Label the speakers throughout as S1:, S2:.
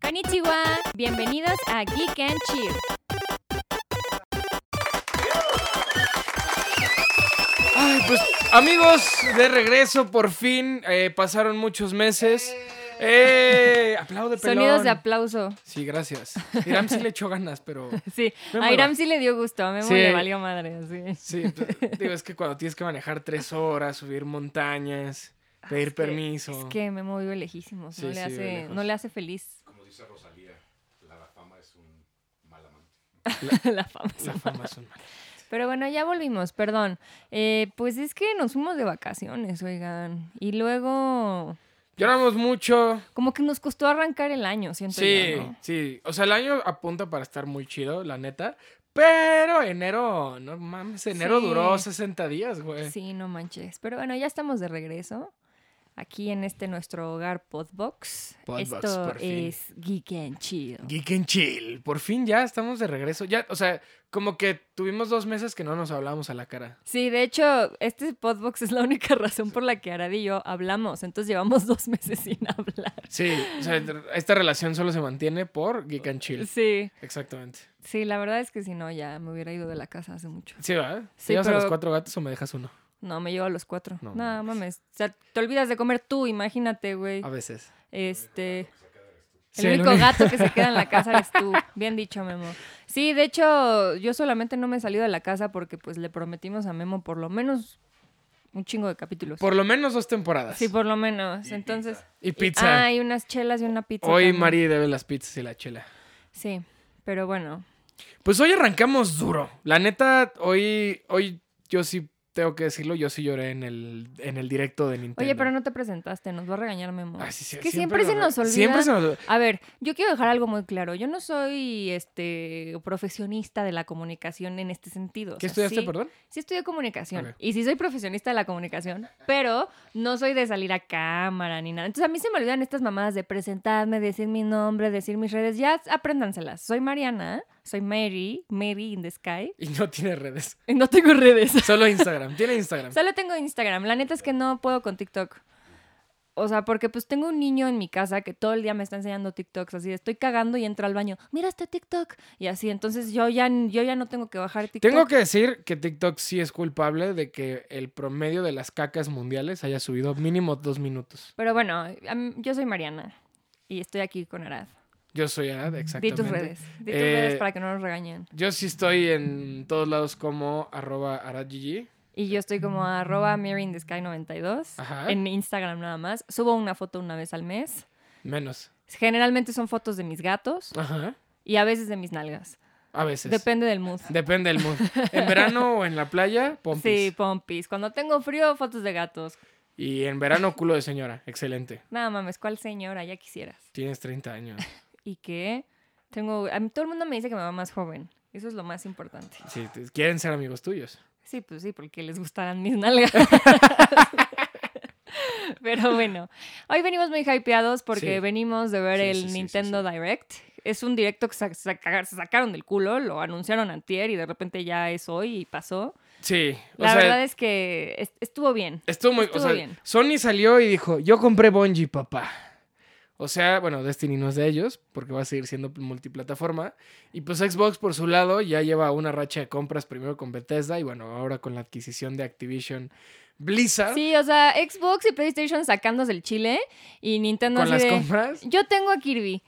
S1: Konnichiwa. Bienvenidos a Geek and Chill.
S2: Ay, pues amigos, de regreso por fin. eh, pasaron muchos meses. ¡Eh! Aplaude, pelón.
S1: Sonidos de aplauso.
S2: Sí, gracias. Iram sí le echó ganas, pero...
S1: Sí.
S2: Memo
S1: A
S2: le
S1: Iram
S2: va-
S1: sí le dio gusto. A Memo
S2: Sí.
S1: le valió madre. Sí.
S2: Sí, pues, digo, es que cuando tienes que manejar tres horas, subir montañas, pedir
S1: Es que-
S2: permiso.
S1: es que Memo vive lejísimos.
S2: Sí,
S1: No,
S2: sí,
S1: le
S2: vive
S1: hace,
S2: lejos.
S1: no le hace feliz
S3: Como dice Rosalía, la fama es un mal amante.
S1: la fama.
S2: La fama es un mal.
S1: Pero bueno, ya volvimos, perdón. Eh, pues es que nos fuimos de vacaciones, oigan. Y luego,
S2: Lloramos mucho.
S1: como que nos costó arrancar el año, siento
S2: Sí,
S1: yo, ¿no?
S2: sí. O sea, el año apunta para estar muy chido, la neta. Pero enero, no mames, enero
S1: Sí.
S2: duró 60 días, güey.
S1: Sí, no manches. Pero bueno, ya estamos de regreso. Aquí en este nuestro hogar Podbox.
S2: Podbox,
S1: Esto
S2: por fin.
S1: es Geek and Chill.
S2: Geek and Chill. Por fin ya estamos de regreso. Ya, o sea, como que tuvimos dos meses que no nos hablábamos a la cara.
S1: Sí, de hecho, este Podbox es la única razón por la que Arad y yo hablamos. Entonces llevamos dos meses sin hablar.
S2: Sí, o sea, esta relación solo se mantiene por Geek and Chill.
S1: Sí,
S2: Exactamente.
S1: sí, la verdad es que si no, ya me hubiera ido de la casa hace mucho.
S2: Sí, ¿verdad? ¿Te
S1: Sí,
S2: ¿Llevas a
S1: pero-
S2: los cuatro gatos o me dejas uno?
S1: No, me llevo a los cuatro. No,
S2: No
S1: mames. O sea, te olvidas de comer tú, imagínate, güey.
S2: A veces.
S1: Este.
S2: Sí,
S1: El único gato que se queda en la casa eres tú. Bien dicho, Memo. Sí, de hecho, yo solamente no me he salido de la casa porque pues le prometimos a Memo por lo menos un chingo de capítulos.
S2: Por lo menos dos temporadas.
S1: Sí, por lo menos. Entonces.
S2: Y pizza.
S1: Ah, y unas chelas y una pizza.
S2: Hoy
S1: también.
S2: Mari debe las pizzas y la chela.
S1: Sí, pero bueno.
S2: Pues hoy arrancamos duro. La neta, hoy, hoy yo sí tengo que decirlo, yo sí lloré en el, en el directo de Nintendo.
S1: Oye, pero no te presentaste, nos va a regañar Memo.
S2: Ah, sí, sí,
S1: que siempre, se
S2: lo-
S1: nos olvida.
S2: Siempre se nos olvida.
S1: A ver, yo quiero dejar algo muy claro. Yo no soy este profesionista de la comunicación en este sentido. O
S2: ¿Qué
S1: sea,
S2: estudiaste,
S1: sí-
S2: perdón?
S1: Sí estudio comunicación.
S2: Ok.
S1: Y sí soy profesionista de la comunicación, pero no soy de salir a cámara ni nada. Entonces a mí se me olvidan estas mamadas de presentarme, decir mi nombre, decir mis redes. Ya apréndanselas. Soy Mariana, soy Mary, Mary in the Sky.
S2: Y no tiene redes.
S1: Y no tengo redes.
S2: Solo Instagram. Tiene Instagram.
S1: Solo tengo Instagram. La neta es que no puedo con TikTok. O sea, porque pues tengo un niño en mi casa que todo el día me está enseñando TikToks, así de, estoy cagando y entra al baño, mira este TikTok, y así, entonces yo ya, yo ya no tengo que bajar TikTok.
S2: Tengo que decir que TikTok sí es culpable de que el promedio de las cacas mundiales haya subido mínimo dos minutos.
S1: Pero bueno, a mí- yo soy Mariana y estoy aquí con Arad.
S2: Yo soy Arad,
S1: Di
S2: exactamente.
S1: tus redes, di tus
S2: Eh,
S1: redes para que no nos regañen.
S2: Yo sí estoy en todos lados como arroba aradgg.
S1: Y yo estoy como arroba mirrorinthesky92
S2: Ajá.
S1: en Instagram nada más. Subo una foto una vez al mes.
S2: Menos.
S1: Generalmente son fotos de mis gatos
S2: Ajá.
S1: y a veces de mis nalgas.
S2: A veces.
S1: Depende del mood.
S2: Depende del mood. En verano o en la playa, pompis.
S1: Sí, pompis. Cuando tengo frío, fotos de gatos.
S2: Y en verano, culo de señora. Excelente.
S1: Nada mames, ¿cuál señora? Ya quisieras.
S2: Tienes 30 años.
S1: Y que tengo... A mí todo el mundo me dice que me va más joven. Eso es lo más importante.
S2: Sí, te- quieren ser amigos tuyos.
S1: Sí, pues sí, porque les gustarán mis nalgas. Pero bueno, hoy venimos muy hypeados porque
S2: Sí.
S1: venimos de ver
S2: Sí,
S1: el
S2: sí, sí, sí,
S1: Nintendo Direct. Es un directo que sa- saca- se sacaron del culo, lo anunciaron antier y de repente ya es hoy y pasó.
S2: Sí. O
S1: La
S2: sea,
S1: verdad es que est- estuvo bien.
S2: estuvo muy. o
S1: estuvo
S2: sea,
S1: bien.
S2: Sony salió y dijo: Yo compré Bungie, papá. O sea, bueno, Destiny no es de ellos, porque va a seguir siendo multiplataforma. Y pues Xbox, por su lado, ya lleva una racha de compras, primero con Bethesda y bueno, ahora con la adquisición de Activision Blizzard.
S1: Sí, o sea, Xbox y PlayStation sacándose el chile y Nintendo así
S2: con las
S1: de,
S2: compras.
S1: Yo tengo a Kirby.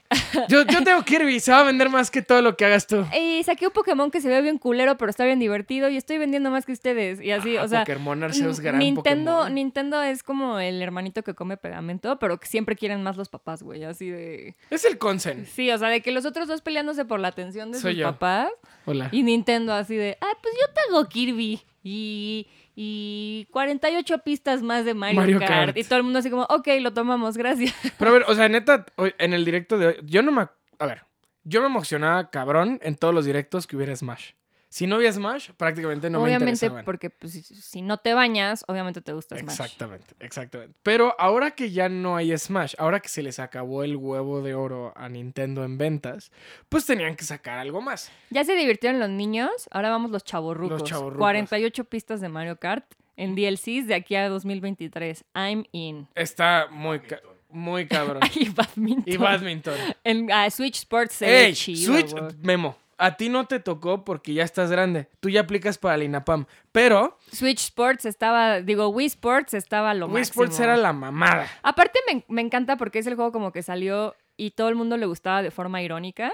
S2: Yo, yo tengo Kirby, se va a vender más que todo lo que hagas tú.
S1: Y saqué un Pokémon que se ve bien culero, pero está bien divertido y estoy vendiendo más que ustedes. Y así,
S2: Ah,
S1: o sea,
S2: Pokémon Arceus,
S1: N-
S2: gran
S1: Nintendo,
S2: Pokémon.
S1: Nintendo es como el hermanito que come pegamento, pero que siempre quieren más los papás, güey. Así de.
S2: Es el Consen.
S1: Sí, o sea, de que los otros dos peleándose por la atención de
S2: Soy
S1: sus
S2: yo. Ah.
S1: papás.
S2: Hola.
S1: Y Nintendo, así de. Ah, pues yo te hago Kirby. Y. Y 48 pistas más de Mario,
S2: Mario
S1: Kart.
S2: Kart.
S1: Y todo el mundo así como, ok, lo tomamos, gracias.
S2: Pero a ver, o sea, neta, hoy- en el directo de hoy, yo no me... ac- A ver, yo me emocionaba cabrón en todos los directos que hubiera Smash. Si no había Smash, prácticamente no me
S1: obviamente,
S2: interesaban.
S1: porque pues, si- si no te bañas, obviamente te gusta Smash.
S2: Exactamente, exactamente. Pero ahora que ya no hay Smash, ahora que se les acabó el huevo de oro a Nintendo en ventas, pues tenían que sacar algo más.
S1: Ya se divirtieron los niños, ahora vamos los chavorrucos.
S2: Los chavorrucos. Mm.
S1: 48 pistas de Mario Kart en DLCs de aquí a 2023. I'm in.
S2: Está muy... ca- muy cabrón.
S1: Y badminton.
S2: y badminton.
S1: En ah, Switch Sports se ve
S2: Ey,
S1: chido,
S2: Switch,
S1: güey.
S2: Memo, a ti no te tocó porque ya estás grande. Tú ya aplicas para la INAPAM. Pero
S1: Switch Sports estaba, digo, Wii Sports estaba lo
S2: Wii Sports
S1: máximo.
S2: era la mamada.
S1: Aparte me, me encanta porque es el juego como que salió y todo el mundo le gustaba de forma irónica.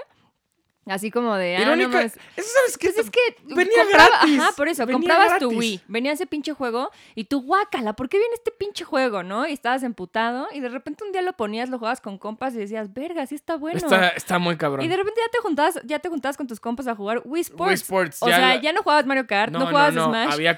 S1: Así como de... ah, no
S2: Irónica.
S1: mames.
S2: Eso sabes qué
S1: Pues es que
S2: venía gratis,
S1: Ajá, por eso,
S2: venía
S1: comprabas tu
S2: gratis.
S1: Wii, venía ese pinche juego y tú, guácala, ¿por qué viene este pinche juego, no? Y estabas emputado y de repente un día lo ponías, lo jugabas con compas y decías, verga, sí está bueno.
S2: está, está muy cabrón.
S1: Y de repente ya te juntabas, ya te juntabas con tus compas a jugar Wii Sports.
S2: Sports,
S1: o
S2: ya
S1: sea,
S2: la-
S1: ya no jugabas Mario Kart, no, jugabas Smash.
S2: Había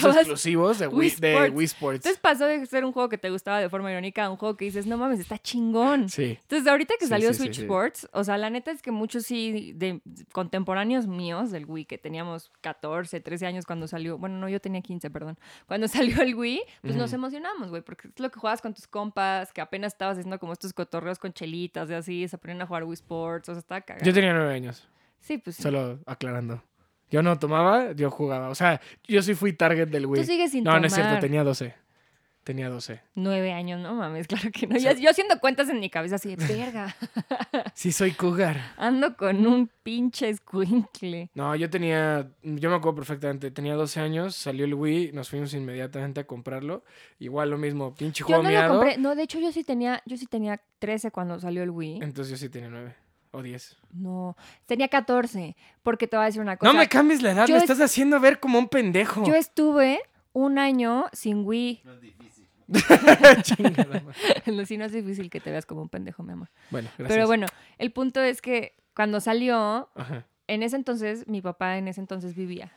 S1: jugabas
S2: exclusivos de Wii,
S1: Wii
S2: de
S1: Sports.
S2: Wii Sports.
S1: Entonces pasó de ser un juego que te gustaba de forma irónica a un juego que dices, no mames, está chingón.
S2: Sí.
S1: Entonces, ahorita que
S2: Sí,
S1: salió
S2: sí, sí,
S1: Switch
S2: sí.
S1: Sports, o sea, la neta es que muchos sí, de contemporáneos míos del Wii, que teníamos 14, 13 años cuando salió, bueno, no, yo tenía 15, perdón, cuando salió el Wii, pues nos
S2: Ujú.
S1: emocionamos, güey, porque es lo que jugabas con tus compas, que apenas estabas haciendo como estos cotorreos con chelitas y así, se ponían a jugar Wii Sports, o sea, estaba cagado.
S2: Yo tenía nueve años,
S1: Sí, pues sí.
S2: solo aclarando. Yo no tomaba, yo jugaba. O sea, yo sí fui target del Wii.
S1: Tú sigues sin
S2: no, no es cierto,
S1: tomar.
S2: tenía 12. Tenía 12.
S1: Nueve años, no mames, claro que no.
S2: Sí.
S1: Ya- Yo haciendo cuentas en mi cabeza así de, verga,
S2: Sí, soy cougar.
S1: ando con un pinche escuincle.
S2: No, yo tenía, yo me acuerdo perfectamente, tenía 12 años, salió el Wii, nos fuimos inmediatamente a comprarlo. Igual lo mismo, pinche
S1: Yo
S2: juego
S1: no lo
S2: meado.
S1: compré, no, de hecho yo sí tenía, yo sí tenía 13 cuando salió el Wii.
S2: Entonces yo sí tenía 9 o 10.
S1: No, tenía 14, porque te voy a decir una cosa.
S2: No me cambies la edad,
S1: yo
S2: me
S1: es-
S2: estás haciendo ver como un pendejo.
S1: Yo estuve un año sin Wii.
S3: No es difícil.
S2: Chingada madre.
S1: Lo sí no es difícil que te veas como un pendejo, mi amor.
S2: bueno, gracias.
S1: Pero bueno, el punto es que cuando salió,
S2: Ajá.
S1: en ese entonces, mi papá en ese entonces vivía.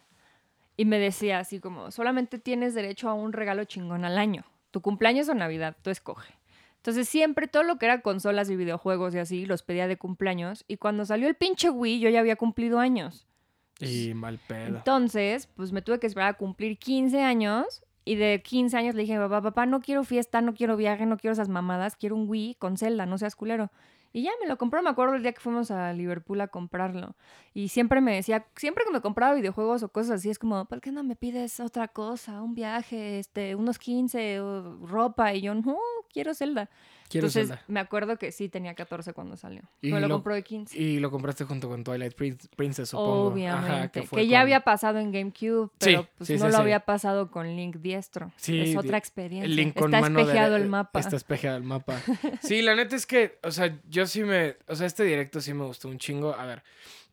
S1: Y me decía así como, solamente tienes derecho a un regalo chingón al año. Tu cumpleaños o Navidad, tú escoge. Entonces siempre todo lo que era consolas y videojuegos y así, los pedía de cumpleaños. Y cuando salió el pinche Wii, yo ya había cumplido años.
S2: Y mal pedo.
S1: Entonces, pues me tuve que esperar a cumplir 15 años. Y de 15 años le dije, a mi papá, papá, no quiero fiesta, no quiero viaje, no quiero esas mamadas, quiero un Wii con Zelda, no seas culero. Y ya me lo compró, me acuerdo el día que fuimos a Liverpool a comprarlo. Y siempre me decía, siempre que me compraba videojuegos o cosas así, es como, ¿por qué no me pides otra cosa? Un viaje, este, unos 15, o ropa. Y yo, no, quiero Zelda.
S2: Quiero
S1: Entonces,
S2: Zelda.
S1: me acuerdo que sí tenía 14 cuando salió.
S2: Y
S1: Me lo,
S2: lo-
S1: compró de 15.
S2: Y lo compraste junto con Twilight Prin- Princess, supongo.
S1: Obviamente.
S2: Ajá,
S1: que
S2: fue
S1: ya
S2: con-
S1: había pasado en GameCube,
S2: Sí,
S1: pero pues,
S2: sí,
S1: no
S2: sí,
S1: lo
S2: sí.
S1: había pasado con Link diestro.
S2: Sí,
S1: es
S2: di-
S1: otra experiencia.
S2: El link con
S1: está
S2: mano
S1: espejeado
S2: dere-
S1: el mapa.
S2: Está espejeado el mapa. Sí, la neta es que, o sea, yo sí me. O sea, este directo sí me gustó un chingo. A ver,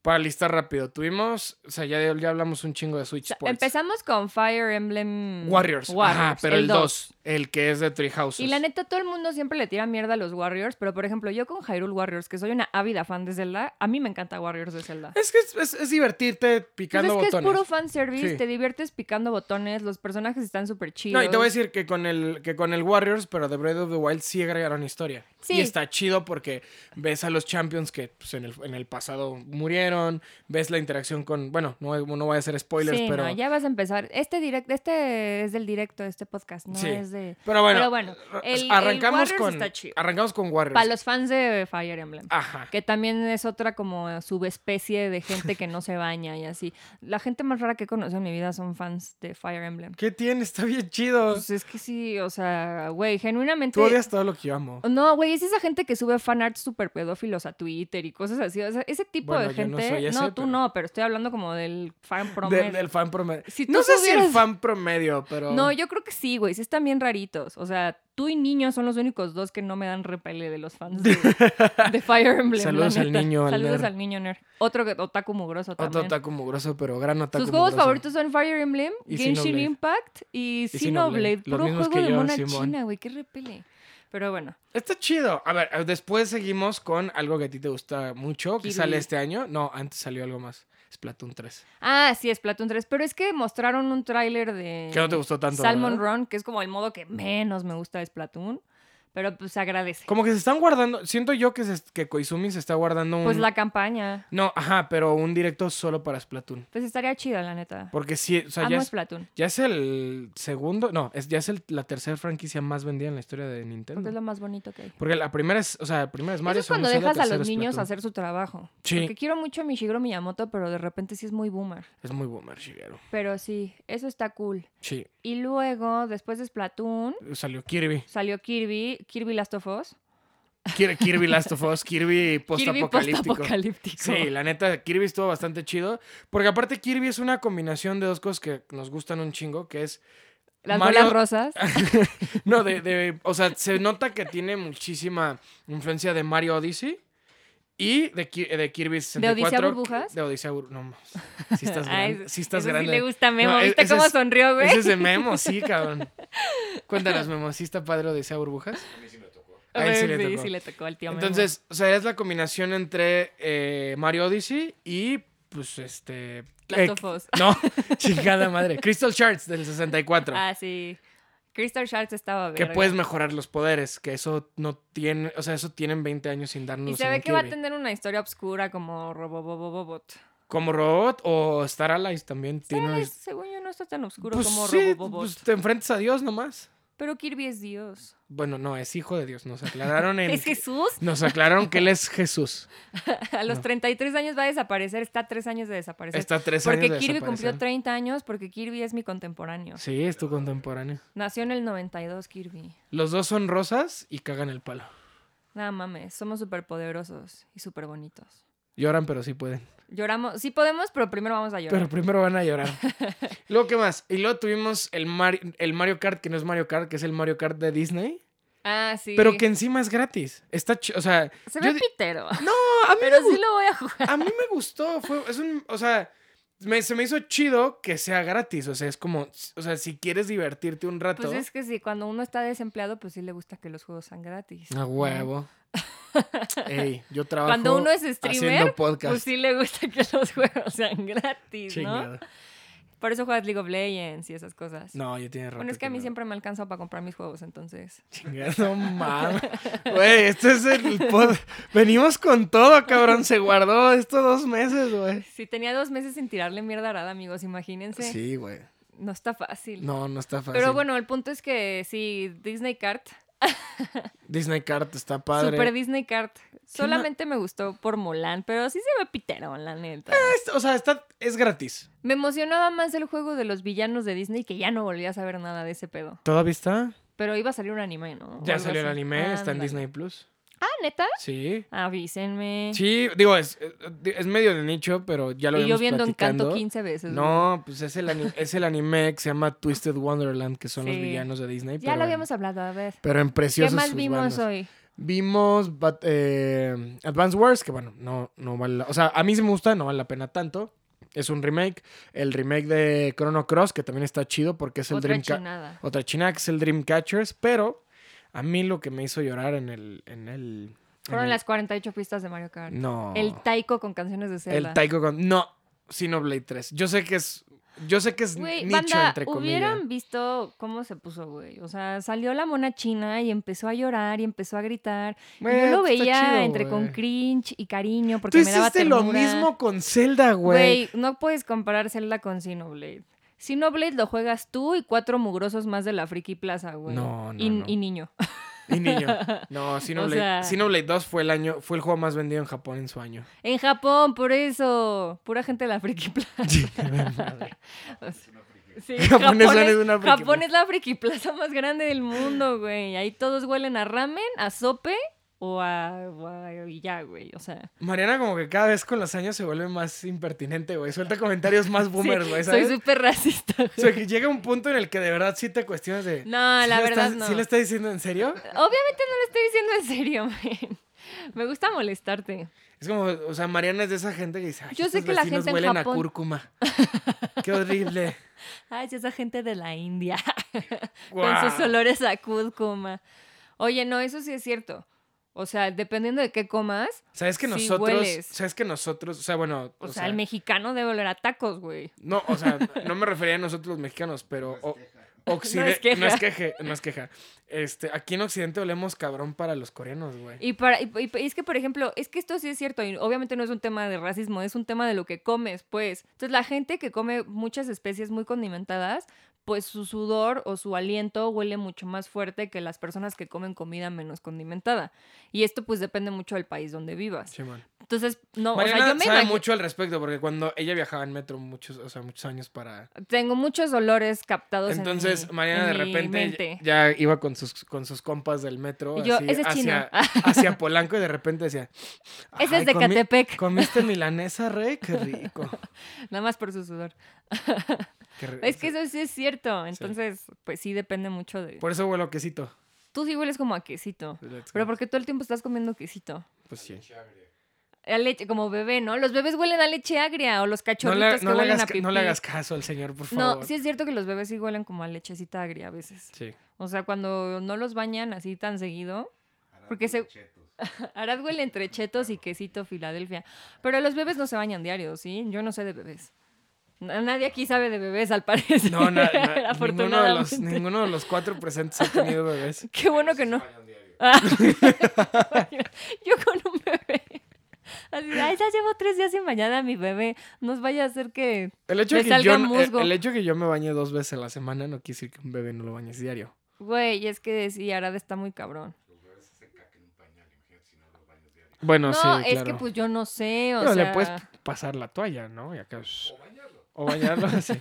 S2: para listar rápido. Tuvimos. O sea, ya, ya hablamos un chingo de
S1: O
S2: Switch
S1: sea,
S2: Sports.
S1: empezamos con Fire Emblem
S2: Warriors. Ajá, pero el 2. El que es de Treehouse.
S1: Y la neta, todo el mundo siempre le tira mierda a los Warriors, pero por ejemplo, yo con Hyrule Warriors, que soy una ávida fan de Zelda, a mí me encanta Warriors de Zelda.
S2: Es que es, es- es divertirte
S1: Pues es
S2: picando
S1: que es
S2: botones.
S1: puro fanservice,
S2: Sí.
S1: te diviertes picando botones, los personajes están súper chidos.
S2: no, y te voy a decir que con el que con el Warriors, pero de Breath of the Wild sí agregaron historia.
S1: Sí.
S2: Y está chido porque ves a los champions que pues, en, el, en el pasado murieron, ves la interacción con, bueno, no, no voy a hacer spoilers,
S1: sí,
S2: pero
S1: no, ya vas a empezar. Este direct, este es del directo, este podcast, no
S2: Sí.
S1: es de.
S2: Pero bueno,
S1: Pero bueno, el- el
S2: arrancamos
S1: Warriors
S2: con
S1: está chido.
S2: arrancamos con Warriors.
S1: Para los fans de Fire Emblem.
S2: Ajá.
S1: Que también es otra como subespecie de gente que no se baña y así. La gente más rara que he conocido en mi vida son fans de Fire Emblem.
S2: ¿Qué tiene? Está bien chido.
S1: Pues es que sí, o sea, güey, genuinamente...
S2: Tú odias todo lo que yo amo.
S1: No, güey, es esa gente que sube fanarts super pedófilos a Twitter y cosas así. O sea, ese tipo
S2: Bueno,
S1: de
S2: yo no
S1: gente...
S2: soy ese,
S1: tú
S2: pero-
S1: no, pero estoy hablando como del fan promedio.
S2: De- del fan promedio.
S1: Si tú
S2: no sé si el
S1: subieras-
S2: fan promedio, pero
S1: No, yo creo que sí, güey. Sí están bien raritos. O sea, tú y niño son los únicos dos que no me dan repele de los fans de, de Fire Emblem. la
S2: Saludos al
S1: neta.
S2: niño, al
S1: Saludos
S2: nerd.
S1: al niño nerd. Otro que- otaku mugroso
S2: otro
S1: también.
S2: otaku mugroso, pero gran otaku
S1: Tus juegos
S2: mugroso.
S1: favoritos son Fire Emblem,
S2: Y
S1: Genshin
S2: Xenoblade.
S1: Impact y
S2: Y
S1: Xenoblade.
S2: Xenoblade. Los
S1: Puro
S2: mismos
S1: juego
S2: que
S1: de
S2: yo,
S1: mona
S2: Simón.
S1: china, güey. Qué repele. Pero bueno,
S2: Está chido. A ver, eh, después seguimos con algo que a ti te gusta mucho, que
S1: Kirby.
S2: sale este año. No, antes salió algo más. Splatoon 3.
S1: ah, sí, es Platoon 3, pero es que mostraron un tráiler de
S2: Que no te gustó tanto.
S1: Mm. Salmon
S2: ¿verdad?
S1: Run, que es como el modo que menos me gusta de Splatoon, pero pues se agradece.
S2: Como que se están guardando. Siento yo que, se- que Koizumi se está guardando un.
S1: Pues la campaña,
S2: No, ajá, pero un directo solo para Splatoon.
S1: pues estaría chida, la neta.
S2: Porque sí, o sea,
S1: Amo
S2: ya es,
S1: Splatoon,
S2: ya es el segundo. No, es, ya es el- la tercera franquicia más vendida en la historia de
S1: porque
S2: Nintendo.
S1: es lo más bonito que hay.
S2: Porque la primera es, o sea, la primera es Pues, Mario.
S1: Pues Eso es cuando
S2: segunda
S1: dejas
S2: es la
S1: a los
S2: tercera es
S1: niños
S2: Splatoon.
S1: hacer su trabajo.
S2: Sí.
S1: Porque quiero mucho a Mishiguro Miyamoto, pero de repente sí es muy boomer.
S2: Es muy boomer, Shigeru.
S1: Pero sí, eso está cool.
S2: Sí,
S1: Y luego, después de Splatoon,
S2: salió Kirby.
S1: salió Kirby, Kirby Last of Us.
S2: Kir- Kirby Last of Us, Kirby
S1: Kirby
S2: postapocalíptico.
S1: postapocalíptico.
S2: Sí, la neta, Kirby estuvo bastante chido. Porque aparte, Kirby es una combinación de dos cosas que nos gustan un chingo, que es.
S1: Las
S2: Mario-
S1: bolas rosas.
S2: No, de, de- O sea, se nota que tiene muchísima influencia de Mario Odyssey y de, Ki- de Kirby 64.
S1: Burbujas?
S2: De Odisea Burbujas. No, mames. sí estás
S1: Ay,
S2: grande. Sí estás
S1: eso
S2: grande.
S1: Sí le gusta a Memo.
S2: No, e-
S1: ¿Viste
S2: ese
S1: cómo
S2: es-
S1: sonrió, güey?
S2: Ese es de Memo, sí, cabrón. Cuéntanos, Memo, ¿sí está padre Odisea Burbujas?
S3: A mí sí me tocó.
S2: A él sí le
S1: sí,
S2: tocó.
S1: sí le tocó al tío Memo.
S2: Entonces, o sea, es la combinación entre eh, Mario Odyssey y, pues, este... eh,
S1: Last of Us.
S2: no, chingada madre. Crystal Shards del 64.
S1: Ah, sí. Crystal Shards estaba
S2: que pues,
S1: bien.
S2: puedes mejorar los poderes, que eso no tiene... O sea, eso tienen 20 años sin darnos
S1: Y se
S2: en
S1: ve
S2: un
S1: que va a
S2: Kirby.
S1: tener una historia obscura como Robobobobot.
S2: Como robot o Star Allies también tiene... una
S1: Ay,
S2: his-
S1: según yo no está tan obscuro
S2: Pues
S1: como
S2: sí,
S1: Robobobot.
S2: pues te enfrentas a Dios nomás.
S1: Pero Kirby es Dios.
S2: Bueno, no, es hijo de Dios. Nos aclararon en...
S1: ¿Es Jesús?
S2: Nos aclararon que él es Jesús.
S1: A los
S2: No.
S1: 33 años va a desaparecer. Está a tres años de desaparecer.
S2: Está tres
S1: porque
S2: años de
S1: Kirby cumplió
S2: desaparecer.
S1: 30 años porque Kirby es mi contemporáneo.
S2: Sí, es tu contemporáneo.
S1: Nació en el 92 Kirby.
S2: Los dos son rosas y cagan el palo.
S1: Nada mames, somos súper poderosos y súper bonitos.
S2: Lloran, pero sí pueden.
S1: Lloramos, sí podemos, pero primero vamos a llorar.
S2: Pero primero van a llorar. luego, ¿qué más? Y luego tuvimos el, Mar- el Mario Kart, que no es Mario Kart, que es el Mario Kart de Disney.
S1: ah, sí.
S2: Pero que encima es gratis. Está ch- O sea,
S1: Se
S2: yo
S1: ve
S2: di-
S1: pitero.
S2: no, a mí,
S1: Pero sí lo voy a jugar.
S2: a mí me gustó. Fue, es un, o sea, me- se me hizo chido que sea gratis. O sea, es como, o sea, si quieres divertirte un rato.
S1: Pues es que sí, cuando uno está desempleado, pues sí le gusta que los juegos sean gratis.
S2: A huevo. Ey, yo trabajo
S1: Cuando uno es
S2: haciendo
S1: streamer,
S2: podcast.
S1: pues sí le gusta que los juegos sean gratis, ¿no?
S2: Chingado.
S1: Por eso juegas League of Legends y esas cosas.
S2: No, yo tiene razón.
S1: Bueno, es que a mí siempre me alcanza para comprar mis juegos, entonces.
S2: No mames. Güey, este es el pod- Venimos con todo, cabrón. Se guardó estos dos meses, güey.
S1: Si tenía dos meses sin tirarle mierda a Arada, amigos, imagínense.
S2: Sí, güey.
S1: No está fácil.
S2: No, no está fácil.
S1: Pero bueno, el punto es que sí, Disney Kart,
S2: Disney Kart está padre.
S1: Super Disney Kart, solamente me gustó por Mulan, pero sí se ve pitero, la neta.
S2: Es- O sea, está... es gratis.
S1: Me emocionaba más el juego de los villanos de Disney que ya no volví a saber nada de ese pedo.
S2: ¿Todavía está?
S1: Pero iba a salir un anime, ¿no? O
S2: Ya
S1: algo
S2: salió el
S1: así.
S2: anime, está en
S1: Ándale.
S2: Disney Plus.
S1: Ah, neta.
S2: Sí.
S1: Avísenme.
S2: Sí, digo, es, eh, es medio de nicho, pero ya lo
S1: y yo
S2: vimos
S1: viendo
S2: platicando.
S1: Encanto 15 veces. güey.
S2: No, pues es el, ani- es el anime que se llama Twisted Wonderland, que son los
S1: Sí.
S2: villanos de Disney.
S1: Ya
S2: pero
S1: lo
S2: en-
S1: habíamos hablado, a ver.
S2: Pero en
S1: ¿Qué
S2: preciosos
S1: más
S2: sus
S1: vimos
S2: bandos.
S1: hoy?
S2: Vimos Bat- eh, Advance Wars, que bueno, no, no vale la- O sea, a mí sí me gusta, no vale la pena tanto. Es un remake. El remake de Chrono Cross, que también está chido porque es el
S1: Otra
S2: Dreamca-
S1: chinada.
S2: Otra china, que es el Dreamcatchers, pero a mí lo que me hizo llorar en el... En el en
S1: Fueron
S2: el-
S1: las 48 pistas de Mario Kart.
S2: No.
S1: El Taiko con canciones de Zelda.
S2: El Taiko con... No, Xenoblade 3. Yo sé que es... Yo sé que es
S1: Güey,
S2: nicho,
S1: banda,
S2: entre comillas.
S1: hubieran visto cómo se puso, güey. O sea, salió la mona china y empezó a llorar y empezó a gritar. Y
S2: Güey,
S1: yo lo
S2: pues está
S1: veía
S2: chido,
S1: entre con
S2: güey.
S1: cringe y cariño porque
S2: Tú
S1: me daba
S2: hiciste lo
S1: ternura.
S2: mismo con Zelda, güey.
S1: Güey, no puedes comparar Zelda con Xenoblade. Xenoblade lo juegas tú y cuatro mugrosos más de la Friki Plaza, güey.
S2: No, no,
S1: y,
S2: no.
S1: y niño.
S2: Y niño. No, Xenoblade,
S1: sea-
S2: Xenoblade 2 fue el año, fue el juego más vendido en Japón en su año.
S1: En Japón, por eso. Pura gente de la Friki Plaza. Sí, Japón,
S2: Japón es la-
S1: es,
S2: una Friki
S1: Japón
S2: Plaza.
S1: es la Friki Plaza más grande del mundo, güey. Ahí todos huelen a ramen, a sope o a. o a- y ya, güey. O sea.
S2: Mariana como que cada vez con los años se vuelve más impertinente, güey. Suelta comentarios más boomers,
S1: sí,
S2: güey,
S1: soy
S2: ¿sabes?
S1: súper racista. güey.
S2: O sea, que llega un punto en el que de verdad sí te cuestionas de...
S1: No,
S2: ¿sí
S1: la
S2: lo
S1: verdad
S2: estás-
S1: no.
S2: ¿Sí lo estás diciendo en serio?
S1: Obviamente no lo estoy diciendo en serio, men. Me gusta molestarte.
S2: Es como, o sea, Mariana es de esa gente que dice... Ay,
S1: Yo sé
S2: estos
S1: que la
S2: vecinos
S1: gente en
S2: huelen
S1: Japón-
S2: a cúrcuma. Qué horrible.
S1: Ay, esa gente de la India. Con
S2: Guau.
S1: sus olores a cúrcuma. Oye, no, eso sí es cierto. O sea, dependiendo de qué comas,
S2: ¿Sabes que
S1: Sí,
S2: nosotros...
S1: hueles.
S2: ¿Sabes que nosotros... O sea, bueno...
S1: o, sea, el mexicano debe oler a tacos, güey.
S2: No, o sea, no me refería a nosotros los mexicanos, pero o-
S1: No es
S2: Occide-
S1: queja.
S2: no es queje, no es queja. Este, aquí en Occidente olemos cabrón para los coreanos, güey.
S1: Y, para, y, y- y es que, por ejemplo, es que esto sí es cierto, y obviamente no es un tema de racismo, es un tema de lo que comes, pues. Entonces, la gente que come muchas especies muy condimentadas pues su sudor o su aliento huele mucho más fuerte que las personas que comen comida menos condimentada. Y esto pues depende mucho del país donde vivas.
S2: Simón.
S1: Entonces, no,
S2: Mariana
S1: o sea, yo me
S2: sabe
S1: imagi-
S2: mucho al respecto porque cuando ella viajaba en metro muchos, o sea, muchos años para
S1: tengo muchos olores captados en
S2: entonces
S1: mi-
S2: Mariana
S1: en
S2: de
S1: mi
S2: repente
S1: mente.
S2: ya iba con sus con sus compas del metro
S1: Y yo,
S2: así,
S1: "Ese es chino".
S2: hacia, hacia Polanco y de repente decía
S1: Ese
S2: "Ay,
S1: es de
S2: comi-
S1: Catepec,
S2: comiste milanesa rey qué rico
S1: nada más por su sudor.
S2: Qué ri-
S1: Es que eso sí es cierto. Entonces, pues sí depende mucho de.
S2: por eso huelo a quesito
S1: Tú sí hueles como a quesito.
S2: Let's
S1: Pero
S2: go.
S1: porque todo el tiempo estás comiendo quesito.
S2: pues sí
S1: A leche, como bebé, ¿no? Los bebés huelen a leche agria o los
S2: no
S1: cachorritos
S2: le,
S1: que
S2: no le
S1: huelen
S2: hagas,
S1: a
S2: ca-
S1: pipí.
S2: no le hagas caso al señor por favor
S1: No, sí es cierto que los bebés sí huelen como a lechecita agria a veces.
S2: Sí.
S1: O sea, cuando no los bañan así tan seguido, Porque se- Arad huele entre chetos y quesito Filadelfia. Pero los bebés no se bañan diario, ¿sí? Yo no sé de bebés. Na- Nadie aquí sabe de bebés, al parecer.
S2: no na- na- ninguno de los
S1: Afortunadamente.
S2: ninguno de los cuatro presentes ha tenido bebés
S1: Qué bueno que no. Ah. Yo con un bebé. Así, de, Ay, ya llevo tres días sin bañar a mi bebé. Nos vaya a hacer que.
S2: El hecho,
S1: Le
S2: de que
S1: salga
S2: yo, no- el,
S1: musgo.
S2: el hecho de que yo me bañe dos veces a la semana no quiere decir que un bebé no lo bañes diario.
S1: Güey, es que sí, Arad está muy cabrón.
S2: Bueno,
S1: No,
S2: sí, claro.
S1: es que pues yo no sé. O
S2: Bueno,
S1: sea,
S2: le puedes pasar la toalla, ¿no? Y acá, shh. O bañarlo. sí.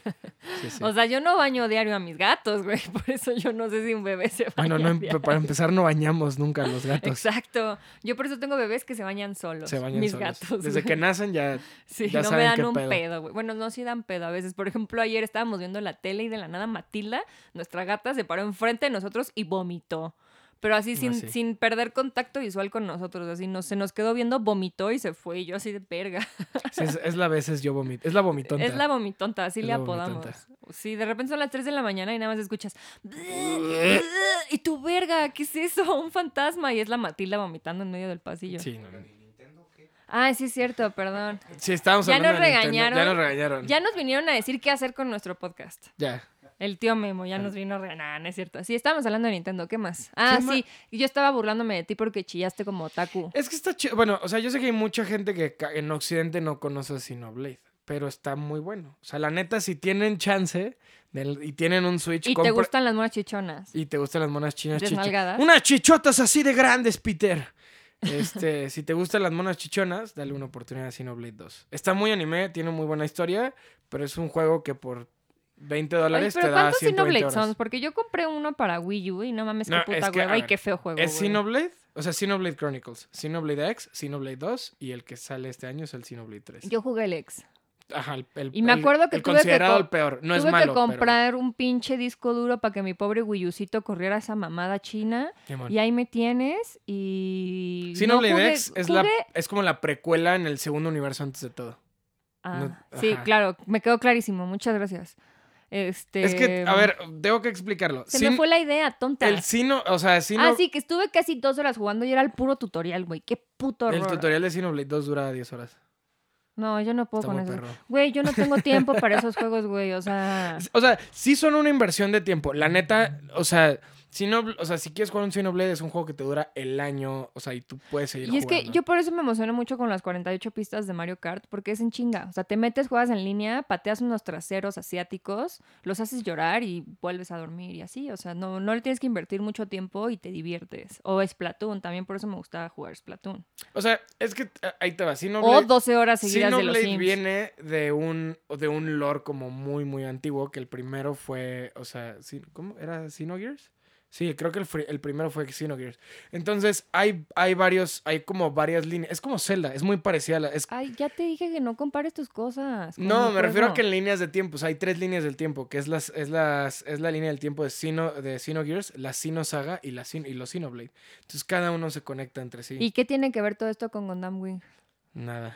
S2: Sí, sí.
S1: o sea, yo no baño diario a mis gatos, güey. Por eso yo no sé si un bebé se baña.
S2: bueno, no, em-
S1: diario.
S2: para empezar no bañamos nunca a los gatos.
S1: Exacto. Yo por eso tengo bebés que se bañan solos.
S2: pues. Se bañan
S1: mis
S2: solos.
S1: gatos.
S2: Desde que
S1: güey.
S2: nacen ya...
S1: Sí,
S2: ya
S1: no me
S2: saben
S1: dan
S2: qué
S1: un
S2: pedo.
S1: pedo, güey. Bueno, no, sí dan pedo a veces. Por ejemplo, ayer estábamos viendo la tele y de la nada Matilda, nuestra gata, se paró enfrente de nosotros y vomitó. Pero así sin,
S2: Así.
S1: sin perder contacto visual con nosotros. Así nos, se nos quedó viendo, vomitó y se fue. Y yo así de verga.
S2: sí, es, es la veces yo vomito. Es la vomitonta.
S1: Es la vomitonta, así
S2: Es
S1: le
S2: la
S1: apodamos. Sí, de repente son las 3 de la mañana y nada más escuchas. y tu verga, ¿qué es eso? Un fantasma. Y es la Matilda vomitando en medio del pasillo.
S2: Sí, no, no.
S1: Ah, sí, es cierto, perdón.
S2: Sí, estábamos
S1: Ya
S2: hablando
S1: nos
S2: de Nintendo.
S1: regañaron.
S2: Ya nos regañaron.
S1: Ya nos vinieron a decir qué hacer con nuestro podcast.
S2: Ya.
S1: El tío Memo ya
S2: Ah.
S1: nos vino re... Nah, no es cierto. Sí, estábamos hablando de Nintendo. ¿Qué más? Ah,
S2: ¿Qué ma-
S1: sí. Yo estaba burlándome de ti porque chillaste como otaku.
S2: Es que está chido. Bueno, o sea, yo sé que hay mucha gente que ca- en Occidente no conoce Sinoblade, pero está muy bueno. O sea, la neta, si tienen chance del- y tienen un Switch,
S1: Y te
S2: compra-
S1: gustan las monas chichonas.
S2: y te gustan las monas chinas chichonas.
S1: Desnalgadas.
S2: Unas chichotas así de grandes, Peter. Este, si te gustan las monas chichonas, dale una oportunidad a Sinoblade 2. Está muy anime, tiene muy buena historia, pero es un juego que por 20
S1: Oye,
S2: dólares te
S1: pero
S2: da
S1: ¿cuántos
S2: 120
S1: Sinoblade
S2: horas.
S1: son? Porque yo compré uno para Wii U y no mames,
S2: No,
S1: qué puta
S2: es que, a
S1: hueva y
S2: ver,
S1: qué feo juego.
S2: ¿Es
S1: güey.
S2: Sinoblade? O sea, Sinoblade Chronicles, Sinoblade X, Sinoblade 2 y el que sale este año es el Sinoblade 3.
S1: Yo jugué el ex.
S2: Ajá, el, el-
S1: Y me
S2: el-
S1: acuerdo que
S2: el
S1: tuve que
S2: considerado
S1: co-
S2: el peor. No es
S1: Tuve que
S2: malo.
S1: comprar un pinche disco duro para que mi pobre Wii Ucito corriera esa mamada china.
S2: pero- Simón.
S1: Y ahí me tienes y...
S2: Xenoblade
S1: jugué-
S2: X es, la,
S1: jugué-
S2: es como la precuela en el segundo universo antes de todo.
S1: Ah,
S2: no-
S1: sí,
S2: ajá.
S1: claro, me quedó clarísimo. Muchas gracias. Este...
S2: es que, a ver, tengo que explicarlo.
S1: Se
S2: Sin-
S1: me fue la idea, tonta.
S2: el sino, o sea, sino,
S1: Ah, sí, que estuve casi dos horas jugando y era el puro tutorial, güey. Qué puto horror.
S2: el tutorial de Sinoblade 2 dura 10 horas.
S1: No, yo no puedo
S2: Está
S1: con
S2: muy
S1: eso.
S2: perro.
S1: Güey, yo no tengo tiempo para esos juegos, güey. O sea...
S2: O sea, sí son una inversión de tiempo. La neta, o sea, Sinobl- o sea, si quieres jugar un Sinoblade es un juego que te dura el año, o sea, y tú puedes seguir
S1: Y es
S2: jugando.
S1: que yo por eso me emocioné mucho con las 48 pistas de Mario Kart, porque es en chinga. O sea, te metes, juegas en línea, pateas unos traseros asiáticos, los haces llorar y vuelves a dormir y así. O sea, no, no le tienes que invertir mucho tiempo y te diviertes. O Splatoon, también por eso me gustaba jugar Splatoon.
S2: O sea, es que eh, ahí te va.
S1: O
S2: Sinoblade
S1: 12 horas seguidas de los
S2: Sinoblade
S1: Sims.
S2: viene de un, de un lore como muy, muy antiguo, que el primero fue, o sea, Sin- ¿cómo? ¿Era Sinogears? Sí, creo que el, fri- el primero fue Sinogears. Entonces, hay, hay varios, hay como varias líneas. Es como Zelda, es muy parecida. a la- es-
S1: Ay, ya te dije que no compares tus cosas. con
S2: no,
S1: mi
S2: me refiero a
S1: juego.
S2: que en líneas de tiempo, o sea, hay tres líneas del tiempo, que es, las, es, las, es la línea del tiempo de, Sino, de Sinogears, la Sino Saga y, la Sin- y los Sinoblade. Entonces, cada uno se conecta entre sí.
S1: ¿Y qué tiene que ver todo esto con Gundam Wing?
S2: Nada.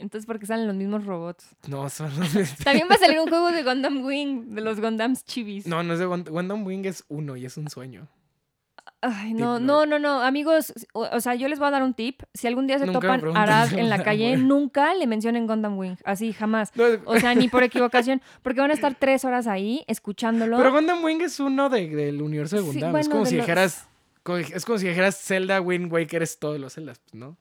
S1: Entonces, ¿por qué salen los mismos robots?
S2: No, son
S1: También va a salir un juego de Gundam Wing, de los Gundams chivis.
S2: No, no es de Gund- Gundam Wing es uno y es un sueño.
S1: Ay,
S2: Tip
S1: no, no,
S2: no-
S1: no, no, amigos, o, o sea, yo les voy a dar un tip. Si algún día se
S2: Nunca me
S1: topan
S2: preguntan
S1: Arad
S2: de
S1: en la
S2: Gundam
S1: calle,
S2: Wing.
S1: nunca le mencionen Gundam Wing, así jamás.
S2: No, es-
S1: O sea, ni por equivocación, porque van a estar tres horas ahí escuchándolo.
S2: pero Gundam Wing es uno de- del universo de
S1: Sí,
S2: Gundam. es
S1: bueno,
S2: como
S1: de
S2: si
S1: los-
S2: dijeras. co- Es como si dijeras Zelda, Wind Waker es todos los Zeldas, pues, ¿no?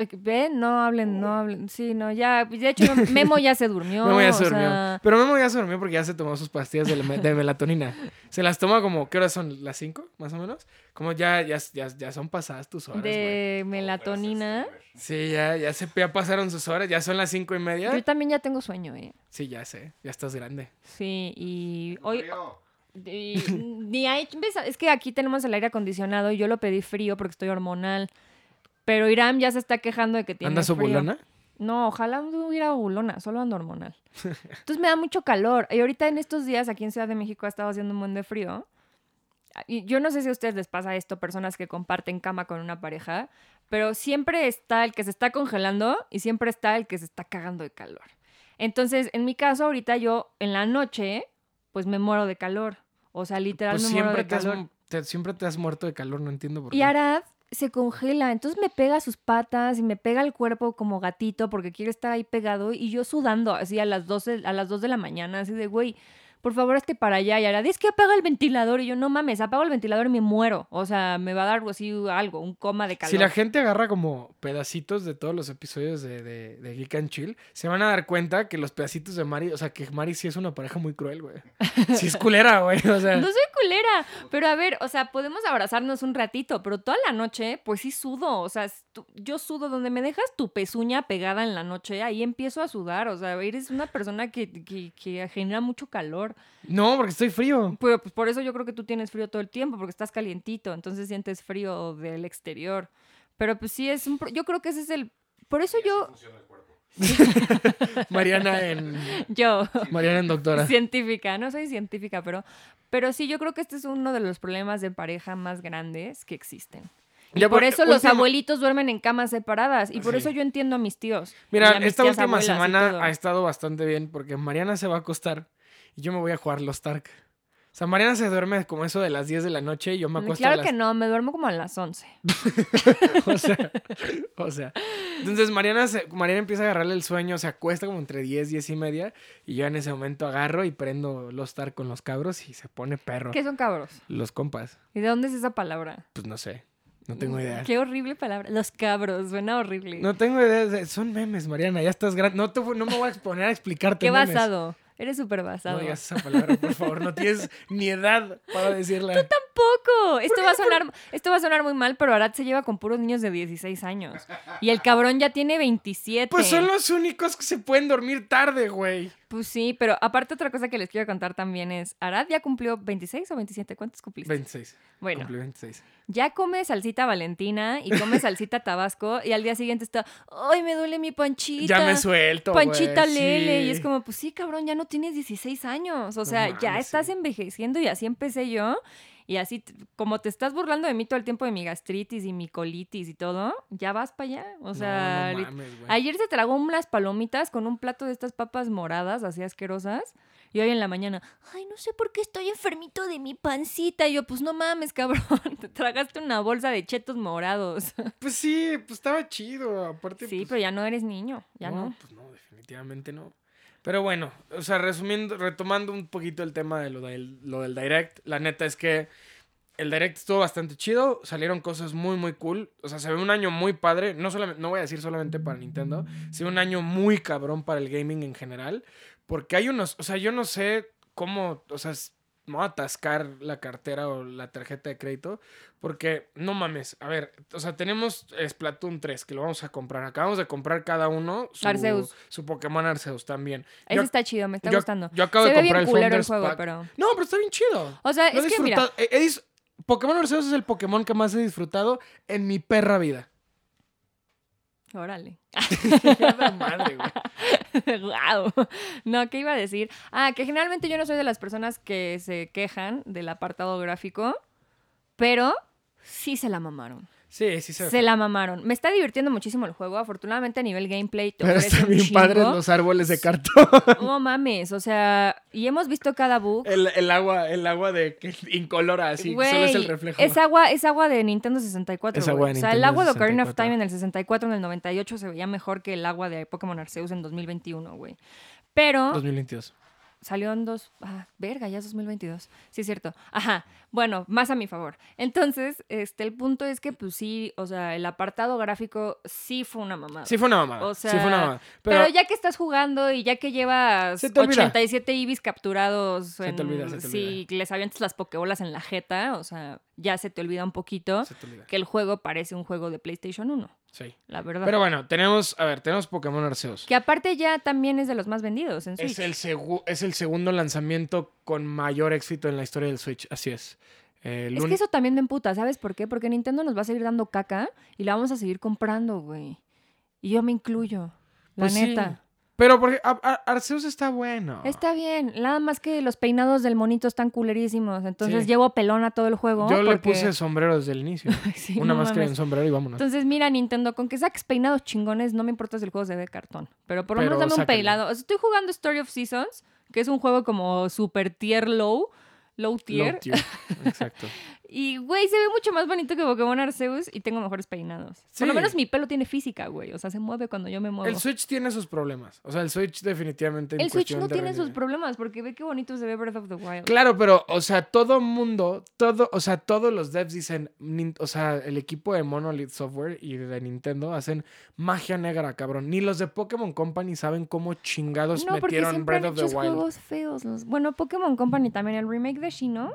S1: Ay, Ve, no hablen, no hablen. Sí, no, ya. De hecho, Memo ya se durmió.
S2: Memo ya se
S1: o
S2: durmió.
S1: sea,
S2: Pero Memo ya se durmió porque ya se tomó sus pastillas de, la- de melatonina. Se las toma como, ¿qué horas son? ¿Las 5 más o menos? Como ya, ya, ya, ya son pasadas tus horas, güey.
S1: de melatonina.
S2: Sí, ya, ya, se, ya pasaron sus horas, ya son las cinco y
S1: Yo
S2: media.
S1: también ya tengo sueño, ¿eh?
S2: Sí, ya sé, ya estás grande.
S1: Sí, y hoy.
S3: Hoy.
S1: y- ni hay- ¿ves? Es que aquí tenemos el aire acondicionado y yo lo pedí frío porque estoy hormonal. Pero Irán ya se está quejando de que tiene.
S2: ¿Andas
S1: frío.
S2: subulona?
S1: No, ojalá hubiera bulona, solo ando hormonal. Entonces me da mucho calor. Y ahorita en estos días aquí en Ciudad de México ha estado haciendo un buen de frío. Ah, Y yo no sé si a ustedes les pasa esto, personas que comparten cama con una pareja, pero siempre está el que se está congelando y siempre está el que se está cagando de calor. Entonces, en mi caso, ahorita yo en la noche, pues me muero de calor. O sea, literal
S2: Pues
S1: me
S2: siempre
S1: muero de
S2: te, has,
S1: calor.
S2: mu- te- siempre te has muerto de calor, no entiendo por qué.
S1: Y Arad se congela, entonces me pega sus patas y me pega el cuerpo como gatito porque quiere estar ahí pegado y yo sudando así a las 12, a las 2 de la mañana, así de, güey, por favor, hazte para allá. Y Arad, es que apaga el ventilador. Y yo, no mames, apago el ventilador y me muero. O sea, me va a dar así algo, un coma de calor.
S2: Si la gente agarra como pedacitos de todos los episodios de, de, de Geek and Chill, se van a dar cuenta que los pedacitos de Mari, o sea, que Mari sí es una pareja muy cruel, güey. Sí es culera, güey. O sea,
S1: No soy culera, pero a ver, o sea, podemos abrazarnos un ratito, pero toda la noche, pues sí sudo, o sea, es tu- yo sudo donde me dejas tu pezuña pegada en la noche, ahí empiezo a sudar, o sea, eres una persona que, que- que genera mucho calor,
S2: no, porque estoy frío.
S1: pero pues, por eso yo creo que tú tienes frío todo el tiempo, porque estás calientito, entonces sientes frío del exterior, pero pues sí es un, pro- yo creo que ese es el, por eso yo,
S2: Mariana en,
S1: yo,
S2: Mariana en doctora.
S1: científica, no soy científica, pero, pero sí, yo creo que este es uno de los problemas de pareja más grandes que existen. Y
S2: Ya
S1: por
S2: por-
S1: eso los
S2: última-
S1: abuelitos duermen en camas separadas. Y por
S2: Sí.
S1: eso yo entiendo a mis tíos. y a
S2: Mira,
S1: mis
S2: esta
S1: tías
S2: última
S1: abuelas y todo.
S2: semana este, ha estado bastante bien porque Mariana se va a acostar y yo me voy a jugar los Tark. O sea, Mariana se duerme como eso de las 10 de la noche y yo me acuesto
S1: Mm, Claro
S2: a las...
S1: que no, me duermo como a las 11.
S2: O sea, o sea. Entonces Mariana, se- Mariana empieza a agarrarle el sueño, se acuesta como entre 10, 10 y media y yo en ese momento agarro y prendo los Tark con los cabros y se pone perro.
S1: ¿Qué son cabros?
S2: Los compas,
S1: ¿Y de dónde es esa palabra?
S2: pues no sé, no tengo idea.
S1: Mm, Qué horrible palabra. Los cabros, suena horrible.
S2: Eh. No tengo idea, de- son memes, Mariana, ya estás grande. No, te- no me voy a exponer a explicarte
S1: Qué
S2: memes.
S1: basado. Eres súper basado.
S2: No digas esa palabra, por favor. No tienes ni edad para decirla.
S1: Poco. Esto va, a sonar, esto va a sonar muy mal, pero Arad se lleva con puros niños de 16 años. Y el cabrón ya tiene 27.
S2: Pues son los únicos que se pueden dormir tarde, güey.
S1: Pues sí, pero aparte otra cosa que les quiero contar también es, Arad ya cumplió 26 o 27, ¿cuántos cumpliste?
S2: 26.
S1: Bueno,
S2: Cumplí 26.
S1: ya come salsita Valentina y come salsita Tabasco y al día siguiente está, ay, me duele mi panchita.
S2: Ya me suelto, güey.
S1: Panchita
S2: sí.
S1: Lele, y es como, pues sí, cabrón, ya no tienes 16 años, o
S2: No
S1: sea, ya
S2: mames,
S1: estás
S2: sí.
S1: envejeciendo y así empecé yo, y así, t- como te estás burlando de mí todo el tiempo de mi gastritis y mi colitis y todo, ya vas para allá, o
S2: No,
S1: sea,
S2: no
S1: lit-
S2: mames, güey.
S1: Ayer se tragó unas palomitas con un plato de estas papas moradas, así asquerosas. Y hoy en la mañana, ay, no sé por qué estoy enfermito de mi pancita. Y yo, pues no mames, cabrón, te tragaste una bolsa de chetos morados.
S2: Pues sí, pues estaba chido. Aparte,
S1: Sí,
S2: pues,
S1: pero ya no eres niño, ya no.
S2: Pues no, definitivamente no. Pero bueno, o sea, resumiendo, retomando un poquito el tema de lo del, lo del direct, la neta es que el direct estuvo bastante chido, salieron cosas muy, muy cool. O sea, se ve un año muy padre, no, solamente, no voy a decir solamente para Nintendo, se ve un año muy cabrón para el gaming en general, porque hay unos, o sea, yo no sé cómo, o sea, es- me voy a atascar la cartera o la tarjeta de crédito, porque no mames, a ver, o sea, tenemos Splatoon 3 que lo vamos a comprar, acabamos de comprar cada uno su,
S1: Arceus.
S2: su Pokémon Arceus también.
S1: Ese
S2: Yo-
S1: está chido, me está
S2: yo-
S1: gustando.
S2: Yo acabo
S1: Se
S2: de
S1: ve
S2: comprar
S1: bien
S2: el
S1: culero el
S2: Founders
S1: juego,
S2: Pack.
S1: pero...
S2: No, pero está bien chido.
S1: O sea,
S2: Lo he
S1: es que mira,
S2: disfrutado. Eh, he dis- Pokémon Arceus es el Pokémon que más he disfrutado en mi perra vida.
S1: órale.
S2: Mierda madre, güey.
S1: wow. No, ¿qué iba a decir? Ah, que generalmente yo no soy de las personas que se quejan del apartado gráfico, pero sí se la mamaron.
S2: Sí, sí se ve.
S1: Se la mamaron. Me está divirtiendo muchísimo el juego. Afortunadamente a nivel gameplay te
S2: Pero
S1: ofrece
S2: están
S1: un
S2: bien padres
S1: chingo.
S2: los árboles de cartón.
S1: No mames, o sea, y hemos visto cada bug.
S2: El, el agua, el agua de que incolora así, solo es el
S1: Güey,
S2: reflejo.
S1: es agua, es agua de Nintendo 64.
S2: Es
S1: güey.
S2: agua de
S1: o sea, el
S2: Nintendo
S1: agua de Ocarina of
S2: 64.
S1: Time en el 64, en el 98 se veía mejor que el agua de Pokémon Arceus en 2021, güey. Pero
S2: 2022.
S1: salió en dos. Ah, verga, ya es 2022. Sí, es cierto. Ajá. Bueno, más a mi favor. Entonces, este, el punto es que, pues sí, o sea, el apartado gráfico sí fue una mamada.
S2: Sí fue una mamada.
S1: Ah, O sea,
S2: sí fue una mamada.
S1: pero,
S2: Pero,
S1: ya que estás jugando y ya que llevas
S2: Se te olvida.
S1: 87 ibis capturados,
S2: Se te
S1: en-
S2: olvida, se te
S1: si les avientas las pokebolas en la jeta, o sea, ya se te olvida un poquito
S2: se te olvida.
S1: que el juego parece un juego de PlayStation 1,
S2: Sí.
S1: la verdad.
S2: Pero bueno, tenemos, a ver, tenemos Pokémon Arceus.
S1: que aparte ya también es de los más vendidos en Switch.
S2: Es el, segu- es el segundo lanzamiento con mayor éxito en la historia del Switch, así es. Eh, El
S1: Es
S2: un-
S1: que eso también me emputa, ¿sabes por qué? Porque Nintendo nos va a seguir dando caca y la vamos a seguir comprando, güey. Y yo me incluyo, la
S2: Pues sí.
S1: neta.
S2: Pero porque Ar- Ar- Arceus está bueno.
S1: Está bien, nada más que los peinados del monito están culerísimos, entonces
S2: Sí.
S1: llevo pelón a todo el juego.
S2: Yo le
S1: porque-
S2: puse sombrero desde el inicio.
S1: Sí,
S2: Una
S1: no
S2: máscara y
S1: mames.
S2: un sombrero y vámonos.
S1: Entonces, mira, Nintendo, con que saques peinados chingones, no me importa si el juego se ve de cartón. Pero por lo menos
S2: Pero
S1: dame un
S2: sáquenlo.
S1: peinado. O sea, estoy jugando Story of Seasons, que es un juego como super tier low, low tier.
S2: Low tier. Exacto.
S1: Y, güey, se ve mucho más bonito que Pokémon Arceus y tengo mejores peinados. Por lo
S2: Sí.
S1: menos mi pelo tiene física, güey. O sea, se mueve cuando yo me muevo.
S2: El Switch tiene sus problemas. O sea, el Switch definitivamente. en
S1: El Switch
S2: cuestión
S1: no
S2: de
S1: tiene sus
S2: rendimiento-
S1: problemas porque ve qué bonito se ve Breath of the Wild.
S2: Claro, pero, o sea, todo mundo, todo, o sea, todos los devs dicen, "Nin- o sea, el equipo de Monolith Software y de Nintendo hacen magia negra, cabrón. Ni los de Pokémon Company saben cómo chingados
S1: no, porque
S2: metieron
S1: siempre
S2: Breath
S1: han
S2: of the
S1: hecho
S2: Wild.
S1: juegos feos. los- Bueno, Pokémon Company también, el remake de Shino.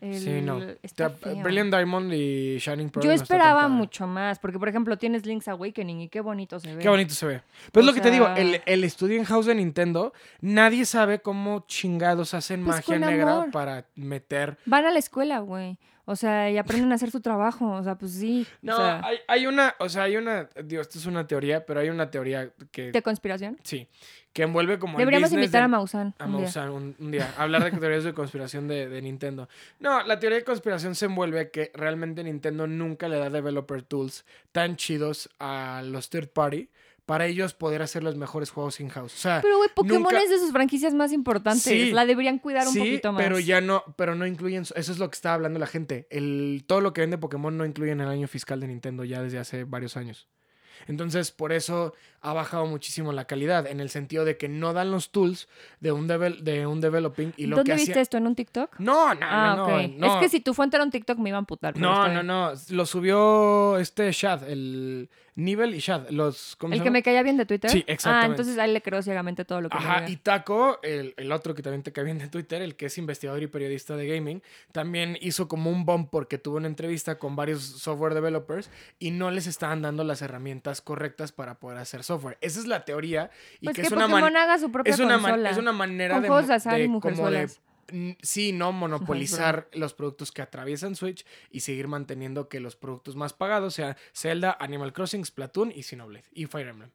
S1: el-
S2: Sí, no.
S1: Está
S2: Te-
S1: feo.
S2: Brilliant Diamond y Shining Pearl
S1: Yo
S2: no está tan
S1: esperaba
S2: padre.
S1: mucho más, porque por ejemplo tienes Link's Awakening y qué bonito se ve.
S2: Qué bonito se ve. Pero es
S1: O
S2: lo que te digo,
S1: sea-
S2: el, el estudio en house de Nintendo, nadie sabe cómo chingados hacen
S1: Pues con
S2: magia negra
S1: amor.
S2: para meter
S1: Van a la escuela, güey. O sea, y aprenden a hacer su trabajo. O sea, pues sí.
S2: No,
S1: o sea,
S2: hay, hay una, o sea, hay una, digo, esto es una teoría, pero hay una teoría que,
S1: de conspiración.
S2: sí, que envuelve como el
S1: Deberíamos
S2: business
S1: invitar
S2: de-
S1: a Mausan.
S2: a
S1: un día.
S2: Maussan un, un día, a hablar de teorías de conspiración de, de Nintendo. No, la teoría de conspiración se envuelve que realmente Nintendo nunca le da developer tools tan chidos a los third party para ellos poder hacer los mejores juegos in-house. O sea,
S1: Pero, güey, Pokémon
S2: Nunca-
S1: es de sus franquicias más importantes.
S2: Sí.
S1: la deberían cuidar un
S2: sí,
S1: poquito más.
S2: pero ya no, pero no incluyen, eso es lo que está hablando la gente. El, todo lo que vende Pokémon no incluye en el año fiscal de Nintendo ya desde hace varios años. Entonces, por eso ha bajado muchísimo la calidad, en el sentido de que no dan los tools de un, devel- de un developing y lo
S1: ¿Dónde
S2: que
S1: viste
S2: hacía...
S1: esto? ¿En un TikTok?
S2: No, no, no,
S1: ah,
S2: no,
S1: ok.
S2: no.
S1: Es que si tu fuente era un TikTok me iban a putar. pero
S2: No,
S1: está
S2: no,
S1: bien.
S2: no. Lo subió este Shad, el Nivel y Shad, los... ¿cómo se
S1: El que
S2: llama?
S1: me caía bien de Twitter.
S2: Sí,
S1: Ah,
S2: exactamente.
S1: entonces a él le creo ciegamente todo lo que me
S2: Ajá,
S1: diga.
S2: y Taco, el, el otro que también te cae bien de Twitter, el que es investigador y periodista de gaming, también hizo como un bomb porque tuvo una entrevista con varios software developers y no les estaban dando las herramientas correctas para poder hacer software. Esa es la teoría y
S1: Pues
S2: que,
S1: que,
S2: es una, man-
S1: Pokémon haga su propia
S2: es, una man-
S1: consola.
S2: es una manera
S1: Con
S2: de,
S1: juegos de azar y
S2: de
S1: mujeres
S2: como de
S1: solas.
S2: mm, sí, no monopolizar los productos que atraviesan Switch y seguir manteniendo que los productos más pagados sean Zelda, Animal Crossing, Splatoon y Xenoblade y Fire Emblem.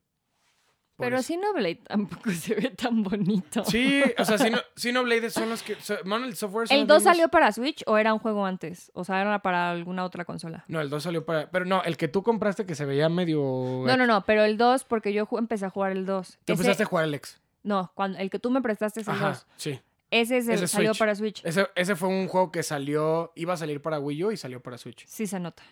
S2: Por
S1: Pero
S2: eso.
S1: Sinoblade tampoco se ve tan bonito.
S2: Sí, o sea, Sino- Xenoblade son los que. so- Monolith Software. son
S1: ¿El
S2: los
S1: 2
S2: mismos-
S1: salió para Switch o era un juego antes? O sea, era para alguna otra consola.
S2: No, el 2 salió para. Pero no, el que tú compraste que se veía medio.
S1: No, no, no, pero el 2, porque yo ju- empecé a jugar el 2.
S2: Tú
S1: Ese-
S2: empezaste a jugar el ex.
S1: No, cuando, el que tú me prestaste es el
S2: Ajá,
S1: 2.
S2: sí.
S1: Ese es el-
S2: Ese es
S1: salió
S2: Switch.
S1: para Switch.
S2: Ese, ese fue un juego que salió. Iba a salir para Wii U y salió para Switch.
S1: Sí se nota.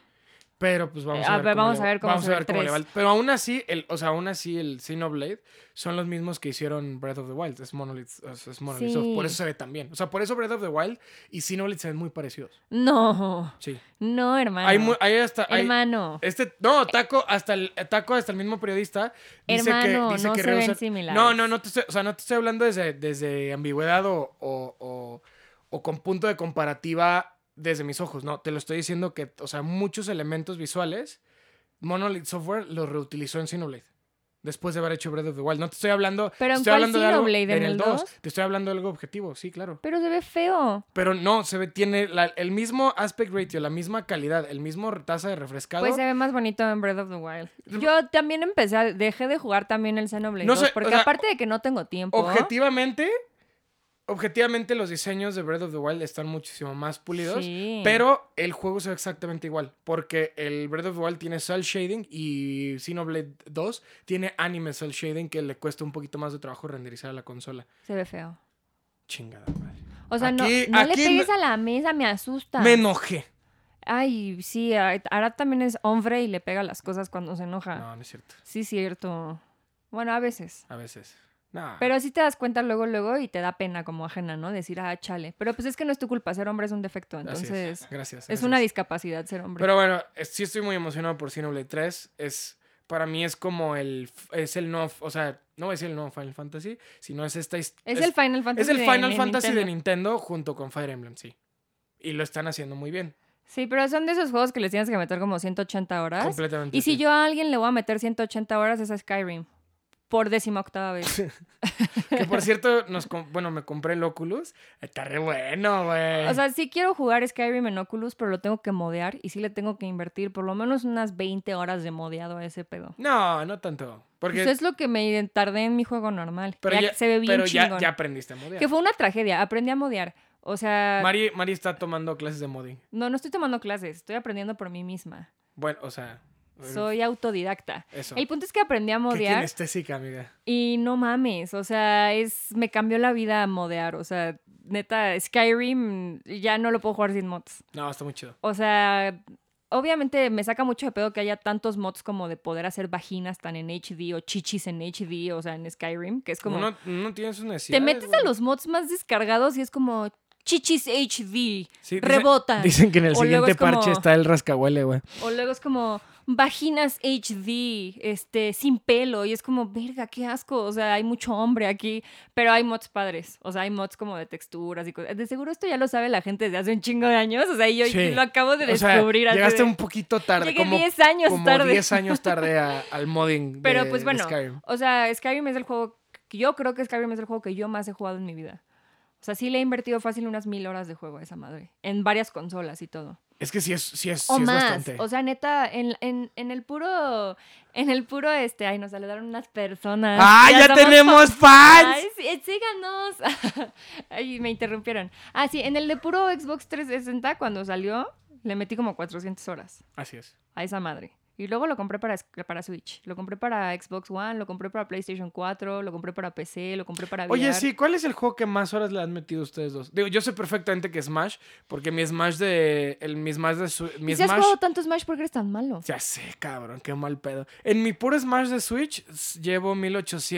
S2: Pero pues vamos
S1: Eh,
S2: a
S1: a
S2: ver.
S1: ver,
S2: cómo
S1: vamos
S2: le-
S1: a ver cómo
S2: vamos
S1: se
S2: a
S1: ve
S2: ver
S1: el
S2: cómo le va.
S1: tres.
S2: Pero aún así, el, o sea, aún así el Xenoblade son los mismos que hicieron Breath of the Wild. Es Monolith, o sea, es Monolith
S1: Sí.
S2: Soft, Por eso se ve tan bien. O sea, por eso Breath of the Wild y Xenoblade se ven muy parecidos.
S1: No,
S2: Sí.
S1: no, hermano.
S2: Hay, mu- hay hasta. hay-
S1: hermano.
S2: Este, no, Taco, hasta el, Taco, hasta el mismo periodista. Dice
S1: Hermano,
S2: que, dice
S1: no
S2: que
S1: se ven
S2: rehúsa-
S1: similares.
S2: No, no, no te estoy, o sea, no te estoy hablando desde, desde ambigüedad o, o- o- o con punto de comparativa desde mis ojos. No, te lo estoy diciendo que, o sea, muchos elementos visuales, Monolith Software los reutilizó en Xenoblade. Después de haber hecho Breath of the Wild. No te estoy hablando.
S1: ¿Pero en
S2: estoy
S1: cuál
S2: hablando de algo-
S1: Xenoblade? ¿En el
S2: dos.
S1: dos?
S2: Te estoy hablando de algo objetivo, sí, claro.
S1: Pero se ve feo.
S2: Pero no, se ve, tiene la- el mismo aspect ratio, la misma calidad, el mismo tasa de refrescado.
S1: Pues se ve más bonito en Breath of the Wild. Yo también empecé, a- dejé de jugar también el Xenoblade
S2: No
S1: 2,
S2: sé, o
S1: porque
S2: sea,
S1: aparte de que no tengo tiempo,
S2: Objetivamente, objetivamente los diseños de Breath of the Wild están muchísimo más pulidos,
S1: Sí.
S2: pero el juego se ve exactamente igual, porque el Breath of the Wild tiene cel shading y Xenoblade 2 tiene anime cel shading que le cuesta un poquito más de trabajo renderizar a la consola.
S1: se ve feo.
S2: Chingada madre.
S1: O sea, no-
S2: Aquí-
S1: no, le
S2: aquí
S1: pegues
S2: no-
S1: a la mesa, me asusta.
S2: Me enojé.
S1: Ay, sí, a- Arad también es hombre y le Ah. pega las cosas cuando se enoja.
S2: No, no es cierto.
S1: Sí, cierto. Bueno, a veces.
S2: A veces. No.
S1: Pero sí te das cuenta luego, luego y te da pena como ajena, ¿no? Decir, ah, chale. Pero pues es que no es tu culpa, ser hombre es un defecto.
S2: Así es.
S1: Entonces, es.
S2: gracias.
S1: una
S2: gracias.
S1: discapacidad ser hombre.
S2: Pero bueno, es- sí estoy muy emocionado por Xenoblade 3. Es, para mí es como el... f- Es el no... O sea, no voy a decir el nuevo Final Fantasy, sino es esta... his-
S1: es, el Final Fantasy.
S2: es el
S1: de-
S2: Final
S1: de
S2: Fantasy de
S1: Nintendo.
S2: Nintendo junto con Fire Emblem, sí. Y lo están haciendo muy bien.
S1: Sí, pero son de esos juegos que les tienes que meter como 180 horas.
S2: Completamente.
S1: Y si
S2: sí.
S1: yo a alguien le voy a meter 180 horas es a Skyrim. Por décima octava vez.
S2: Que por cierto, nos com- bueno, me compré el Oculus. Está re bueno, güey.
S1: O sea, sí quiero jugar Skyrim en Oculus, pero lo tengo que modear y sí le tengo que invertir por lo menos unas 20 horas de modeado a ese pedo.
S2: no, no tanto. Porque...
S1: Eso pues es lo que me tardé en mi juego normal.
S2: pero
S1: ya,
S2: ya,
S1: que se ve bien
S2: pero ya,
S1: chingón.
S2: ya aprendiste a modear.
S1: Que fue una tragedia. Aprendí a modear. O sea,
S2: Mari, Mari está tomando clases de modding.
S1: no, no estoy tomando clases. Estoy aprendiendo por mí misma.
S2: Bueno, o sea...
S1: Soy autodidacta.
S2: Eso.
S1: El punto es que aprendí a
S2: Qué
S1: modear
S2: kinestésica, amiga.
S1: y no mames. O sea, es me cambió la vida a modear. O sea, neta, Skyrim ya no lo puedo jugar sin mods.
S2: No, está muy chido.
S1: O sea, obviamente me saca mucho de pedo que haya tantos mods como de poder hacer vaginas tan en HD o chichis en HD, o sea, en Skyrim, que es como...
S2: no, no tienen sus necesidades.
S1: te metes a
S2: güey.
S1: los mods más descargados y es como chichis HD,
S2: Sí, dicen-
S1: rebotan.
S2: Dicen que en el
S1: O luego
S2: siguiente
S1: es como-
S2: parche está el rascahuele, güey.
S1: O luego es como vaginas HD, este, sin pelo. Y es como, verga, qué asco. O sea, hay mucho hombre aquí. Pero hay mods padres. O sea, hay mods como de texturas y cosas. De seguro esto ya lo sabe la gente desde hace un chingo de años. O sea, y yo
S2: Sí.
S1: lo acabo de
S2: O sea,
S1: descubrir. así
S2: llegaste
S1: de-
S2: un poquito tarde.
S1: Llegué
S2: Como,
S1: 10 años
S2: como
S1: tarde.
S2: 10 años tarde a- al modding de-
S1: Pero, pues,
S2: de
S1: bueno.
S2: Skyrim.
S1: O sea, Skyrim es el juego. que- Yo creo que Skyrim es el juego que yo más he jugado en mi vida. O sea, sí le he invertido fácil unas mil horas de juego a esa madre. En varias consolas y todo.
S2: Es que sí es, sí es,
S1: o
S2: sí es
S1: más.
S2: bastante.
S1: O sea, neta, en, en, en el puro. En el puro este. Ay, nos saludaron unas personas.
S2: ¡Ah, ya,
S1: somos
S2: tenemos
S1: fa-
S2: fans!
S1: Ay, sí, eh, síganos. ay, me interrumpieron. Ah, sí, en el de puro Xbox 360, cuando salió, le metí como 400 horas
S2: Así es.
S1: a esa madre. Y luego lo compré para, Sc- para Switch. Lo compré para Xbox One, lo compré para PlayStation 4, lo compré para PC, lo compré para VR.
S2: Oye, sí, ¿cuál es el juego que más horas le han metido ustedes dos? Digo, yo sé perfectamente que Smash, porque mi Smash de. El, mi Smash de. su- mi
S1: ¿Y si has
S2: Smash-
S1: jugado tanto Smash por qué eres tan malo?
S2: Ya sé, cabrón, qué mal pedo. En mi puro Smash de Switch s- llevo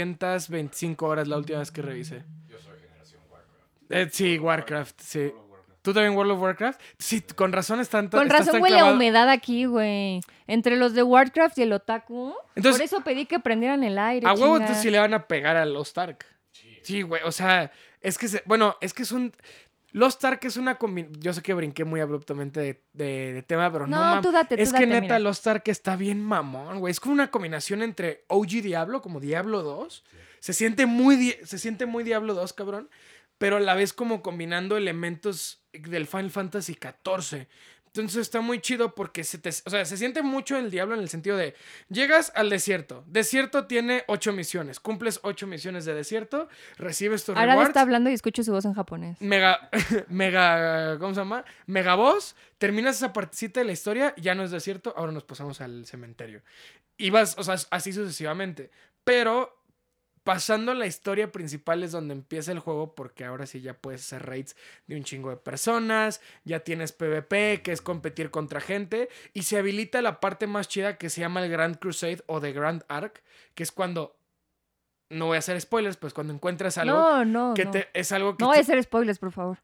S2: 1825 horas la última vez que revisé.
S3: Yo soy generación Warcraft.
S2: Eh, sí, Warcraft, sí.
S3: Solo Warcraft.
S2: ¿Tú también World of Warcraft? Sí, t- con razón están
S1: Con razón huele a humedad aquí, güey. Entre los de Warcraft y el otaku.
S2: Entonces-
S1: por eso pedí que prendieran el aire.
S2: A huevo
S1: chinga.
S2: entonces sí le van a pegar a Lost Ark.
S3: Sí.
S2: Sí, güey, o sea, es que se- bueno, es que es un Lost Ark es una combi- yo sé que brinqué muy abruptamente de, de- de tema, pero no,
S1: No,
S2: mam-
S1: tú date, tú
S2: es
S1: date,
S2: que neta
S1: mira.
S2: Lost Ark está bien mamón, güey, es como una combinación entre OG Diablo como Diablo 2. Se siente muy di- se siente muy Diablo 2, cabrón, pero a la vez como combinando elementos del Final Fantasy 14. Entonces está muy chido porque se te, o sea, se siente mucho el diablo en el sentido de llegas al desierto. Desierto tiene ocho misiones. Cumples ocho misiones de desierto, recibes tus
S1: Ahora
S2: rewards. Mm,
S1: está hablando y escucho su voz en japonés.
S2: Mega, mega, ¿cómo se llama? Mega boss, terminas esa partecita de la historia, ya no es desierto, ahora nos pasamos al cementerio. Y vas, o sea, así sucesivamente. Pero pasando la historia principal es donde empieza el juego, porque ahora sí ya puedes hacer raids de un chingo de personas, ya tienes PvP, que es competir contra gente, y se habilita la parte más chida que se llama el Grand Crusade o The Grand Arc, que es cuando... No voy a hacer spoilers, pues cuando encuentras algo
S1: No, no.
S2: que
S1: no.
S2: te, es algo que
S1: No voy
S2: te-
S1: a hacer spoilers, por favor.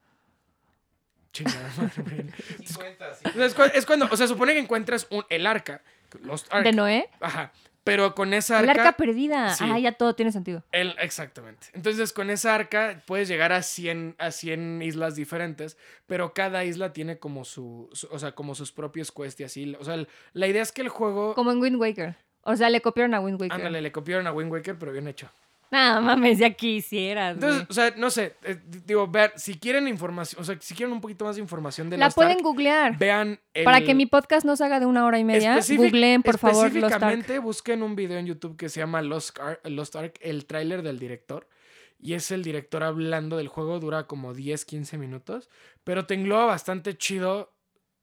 S2: Chingada madre, güey.
S3: Sí cuenta, sí.
S2: No, es, cu- es cuando, o sea, supone que encuentras un, el arca. Lost Ark.
S1: De Noé.
S2: Ajá. Pero con esa
S1: El
S2: arca.
S1: arca perdida.
S2: Sí.
S1: Ah, ya todo tiene sentido.
S2: el- exactamente. Entonces, con esa arca puedes llegar a 100, a 100 islas diferentes, pero cada isla tiene como su, su- o sea, como sus propios quests y así. O sea, el- la idea es que el juego.
S1: Como en Wind Waker. O sea, le copiaron a Wind Waker.
S2: Ándale, le copiaron a Wind Waker, pero bien hecho.
S1: Nada mames, ya quisieras. güey.
S2: Entonces, o sea, no sé, eh, d- digo, ver, si quieren información, o sea, si quieren un poquito más de información de
S1: la
S2: Lost Ark,
S1: pueden googlear.
S2: vean el,
S1: Para que mi podcast no se haga de una hora y media,
S2: Especific-
S1: googleen, por favor, los Tark.
S2: Específicamente busquen un video en YouTube que se llama Lost Ark, Lost Ark, el tráiler del director. Y es el director hablando del juego, dura como 10, 15 minutos. Pero te engloba bastante chido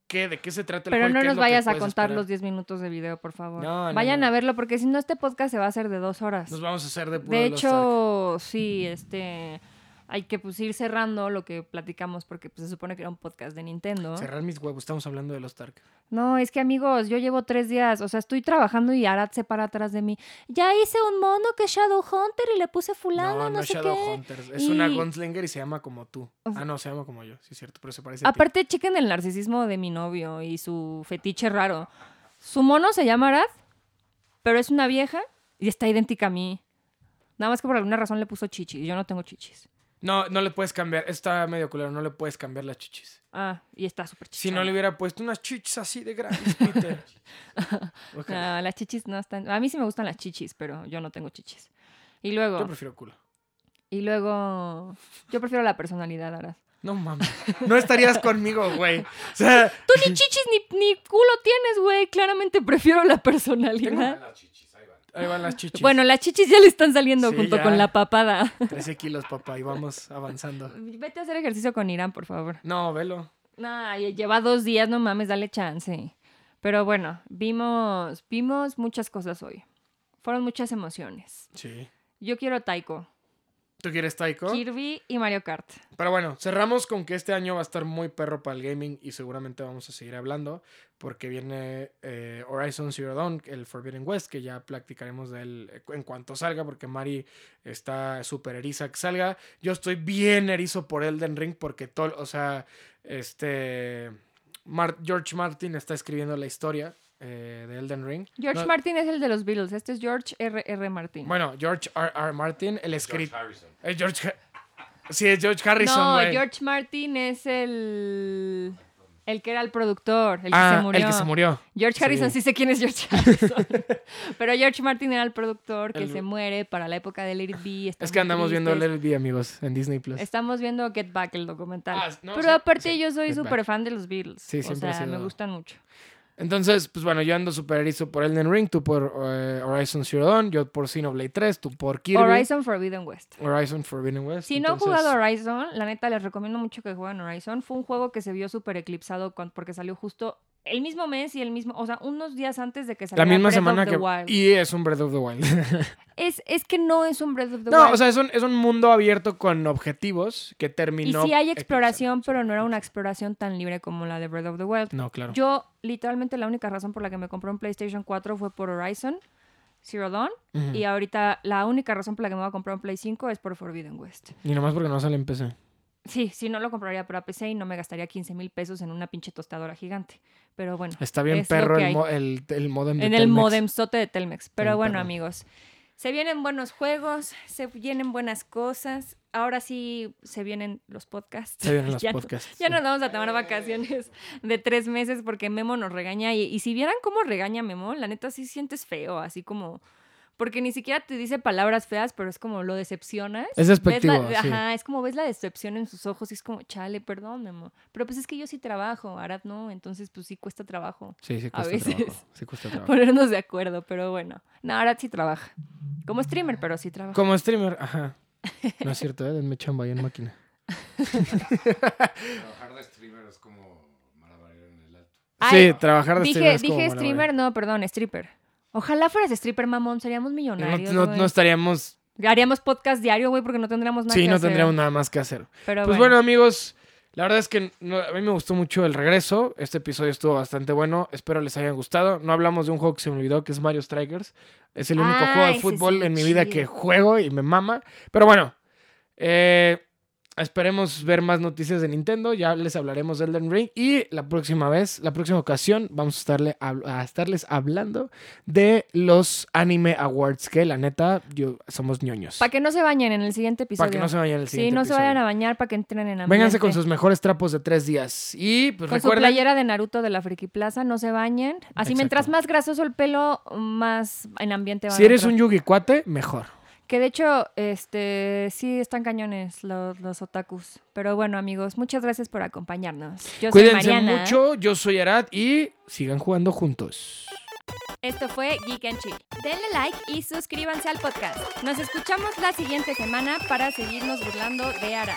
S2: qué, de qué se trata el
S1: Pero
S2: juego. y
S1: no
S2: qué es
S1: nos
S2: lo que
S1: vayas a
S2: puedes
S1: contar
S2: esperar.
S1: los 10 minutos de video, por favor.
S2: No, no,
S1: Vayan
S2: no.
S1: a verlo, porque si no, este podcast se va a hacer de dos horas.
S2: Nos vamos a hacer de puro
S1: De
S2: Lost Ark.
S1: hecho, sí, este. hay que pues ir cerrando lo que platicamos porque pues, se supone que era un podcast de Nintendo.
S2: Cerrar mis huevos, estamos hablando de los Tark.
S1: No, es que amigos, yo llevo tres días, o sea, estoy trabajando y Arad se para atrás de mí. Ya hice un mono que es Shadowhunter y le puse fulano, no, sé qué.
S2: Shadowhunters. Es una
S1: Y-
S2: Gunslinger y se llama como tú.
S1: O sea-
S2: Ah, no, se llama como yo, sí es cierto, pero se parece a ti.
S1: Aparte, chequen el narcisismo de mi novio y su fetiche raro. Su mono se llama Arad, pero es una vieja y está idéntica a mí. Nada más que por alguna razón le puso chichis y yo no tengo chichis.
S2: No, no le puedes cambiar, está medio culero, no le puedes cambiar las chichis.
S1: Ah, y está súper chichis.
S2: Si no le hubiera puesto unas chichis así de grandes, Peter. Ojalá.
S1: No, Ah, las chichis no están. A mí sí me gustan las chichis, pero yo no tengo chichis. Y
S2: Yo
S1: luego,
S2: prefiero culo.
S1: y luego, yo prefiero la personalidad, Arad.
S2: No mames. No estarías conmigo, güey. O sea,
S1: Tú ni chichis ni, ni culo tienes, güey. Claramente prefiero la
S3: Ahí
S1: personalidad.
S3: van las chichis, ahí van.
S2: ahí van las chichis.
S1: Bueno, las chichis ya le están saliendo
S2: Sí,
S1: junto
S2: ya.
S1: con la papada.
S2: 13 kilos, papá, y vamos avanzando.
S1: Vete a hacer ejercicio con Irán, por favor.
S2: No, velo.
S1: Nah, ya lleva dos días, no mames, dale chance. Pero bueno, vimos, vimos muchas cosas hoy. Fueron muchas emociones.
S2: Sí.
S1: Yo quiero Taiko,
S2: ¿Tú quieres Taiko?
S1: Kirby y Mario Kart.
S2: Pero bueno, cerramos con que este año va a estar muy perro para el gaming y seguramente vamos a seguir hablando porque viene eh, Horizon Zero Dawn, el Forbidden West, que ya platicaremos de él eh, en cuanto salga porque Mari está súper eriza que salga. Yo estoy bien erizo por Elden Ring porque todo, o sea, este... Mar- George Martin está escribiendo la historia eh, de Elden Ring.
S1: George
S2: No,
S1: Martin es el de los Beatles. Este es George R.R. Martin.
S2: Bueno, George R. Martin, el
S3: George
S2: escritor...
S3: Harrison.
S2: George... Ha- Sí, es George Harrison,
S1: no,
S2: güey.
S1: George Martin es el. El que era el productor, el que
S2: Ah,
S1: se murió.
S2: el que se murió.
S1: George Harrison,
S2: Sí.
S1: sí. sé quién es George Harrison. Pero George Martin era el productor que
S2: El-
S1: se muere para la época de Let It Be.
S2: Es
S1: estamos
S2: que andamos viendo
S1: tristes.
S2: Let It Be, amigos, en Disney Plus.
S1: Estamos viendo Get Back, el documental.
S2: Ah, no,
S1: Pero
S2: sí,
S1: aparte
S2: sí,
S1: yo soy
S2: Get Back.
S1: súper fan de los Beatles.
S2: Sí,
S1: o
S2: siempre he
S1: sea, me
S2: sido-
S1: gustan mucho.
S2: Entonces, pues bueno, yo ando super erizo por Elden Ring, tú por eh, Horizon Zero Dawn, yo por Xenoblade 3, tú por Kirby. Horizon,
S1: Horizon Forbidden West.
S2: Forbidden West.
S1: Si no han
S2: entonces-
S1: jugado Horizon, la neta les recomiendo mucho que jueguen Horizon. Fue un juego que se vio súper eclipsado con- porque salió justo el mismo mes y el mismo, o sea, unos días antes de que
S2: La
S1: saliera Breath
S2: misma
S1: of
S2: semana
S1: the
S2: que...
S1: Wild.
S2: Y es un Breath of the Wild.
S1: Es, es que no es un Breath of the
S2: no,
S1: Wild.
S2: o sea, es un, es un mundo abierto con objetivos que
S1: y
S2: terminó...
S1: sí hay
S2: eclipsando.
S1: exploración, pero no era una exploración tan libre como la de Breath of the Wild.
S2: No, claro.
S1: Yo, literalmente, la única razón por la que me compré un PlayStation 4 fue por Horizon Zero Dawn.
S2: Ujú.
S1: Y ahorita la única razón por la que me voy a comprar un Play 5 es por Forbidden West.
S2: Y nomás porque no sale en PC.
S1: Sí, sí, no lo compraría para PC y no me gastaría 15 mil pesos en una pinche tostadora gigante. Pero bueno,
S2: Está bien
S1: Es lo
S2: perro
S1: que
S2: el,
S1: hay.
S2: mo- el, el modem de
S1: en el
S2: Telmex.
S1: modemzote de Telmex. Pero
S2: Bien,
S1: bueno,
S2: perro.
S1: amigos, se vienen buenos juegos, se vienen buenas cosas. Ahora sí se vienen los podcasts.
S2: Se vienen los
S1: Ya no-
S2: podcasts.
S1: Ya
S2: sí.
S1: nos vamos a tomar vacaciones de tres meses porque Memo nos regaña. Y, y si vieran cómo regaña Memo, la neta sí sientes feo, así como. Porque ni siquiera te dice palabras feas, pero es como lo decepcionas.
S2: Es despectivo,
S1: Ves la-
S2: sí.
S1: Ajá, es como ves la decepción en sus ojos y es como, chale, perdón, Memo. Pero pues es que yo sí trabajo, Arad no, entonces pues sí cuesta trabajo
S2: Sí, sí
S1: a
S2: cuesta trabajo.
S1: veces.
S2: Sí cuesta trabajo.
S1: ponernos de acuerdo, pero bueno. No, Arad sí trabaja. Como streamer, pero sí trabaja.
S2: Como streamer, ajá. No es cierto, ¿eh? denme chamba ahí en máquina.
S3: Trabajar de streamer es como malabarero en el alto.
S1: Ay,
S2: sí, trabajar de
S1: dije
S2: streamer. es como
S1: dije
S2: buena
S1: streamer,
S2: manera.
S1: no, perdón, stripper. Ojalá fueras stripper, mamón, seríamos millonarios.
S2: No, no-
S1: güey.
S2: no estaríamos.
S1: Haríamos podcast diario, güey, porque no tendríamos nada
S2: sí,
S1: que
S2: no
S1: hacer.
S2: tendríamos nada más que hacer.
S1: Pero
S2: pues bueno,
S1: Ah, bueno.
S2: amigos, la verdad es que no- a mí me gustó mucho el regreso. Este episodio estuvo bastante bueno. Espero les haya gustado. No hablamos de un juego que se me olvidó, que es Mario Strikers. Es el único
S1: Ah,
S2: juego de
S1: ese
S2: fútbol
S1: sí,
S2: en mi vida
S1: chido.
S2: que juego y me mama. Pero bueno, eh, esperemos ver más noticias de Nintendo. Ya les hablaremos de Elden Ring. Y la próxima vez, la próxima ocasión, vamos a, estarle, hab- a estarles hablando de los Anime Awards, que la neta, yo, somos ñoños.
S1: Para que no se bañen en el siguiente episodio.
S2: Para que no se vayan al
S1: sí,
S2: siguiente
S1: no se
S2: episodio.
S1: vayan a bañar para que entren en ambiente.
S2: Vénganse con sus mejores trapos de tres días. Y pues
S1: Con su
S2: recuerden.
S1: playera de Naruto de la Friki Plaza, no se bañen. Así
S2: Exacto.
S1: mientras más grasoso el pelo, más en ambiente van
S2: Si
S1: a
S2: eres
S1: entrar.
S2: un yugi cuate, mejor.
S1: Que de hecho, este, sí están cañones los, los otakus. Pero bueno, amigos, muchas gracias por acompañarnos. Yo
S2: Cuídense
S1: soy Mariana.
S2: mucho. Yo soy Arad y sigan jugando juntos.
S1: Esto fue Geek and Chill. Denle like y suscríbanse al podcast. Nos escuchamos la siguiente semana para seguirnos burlando de Ara.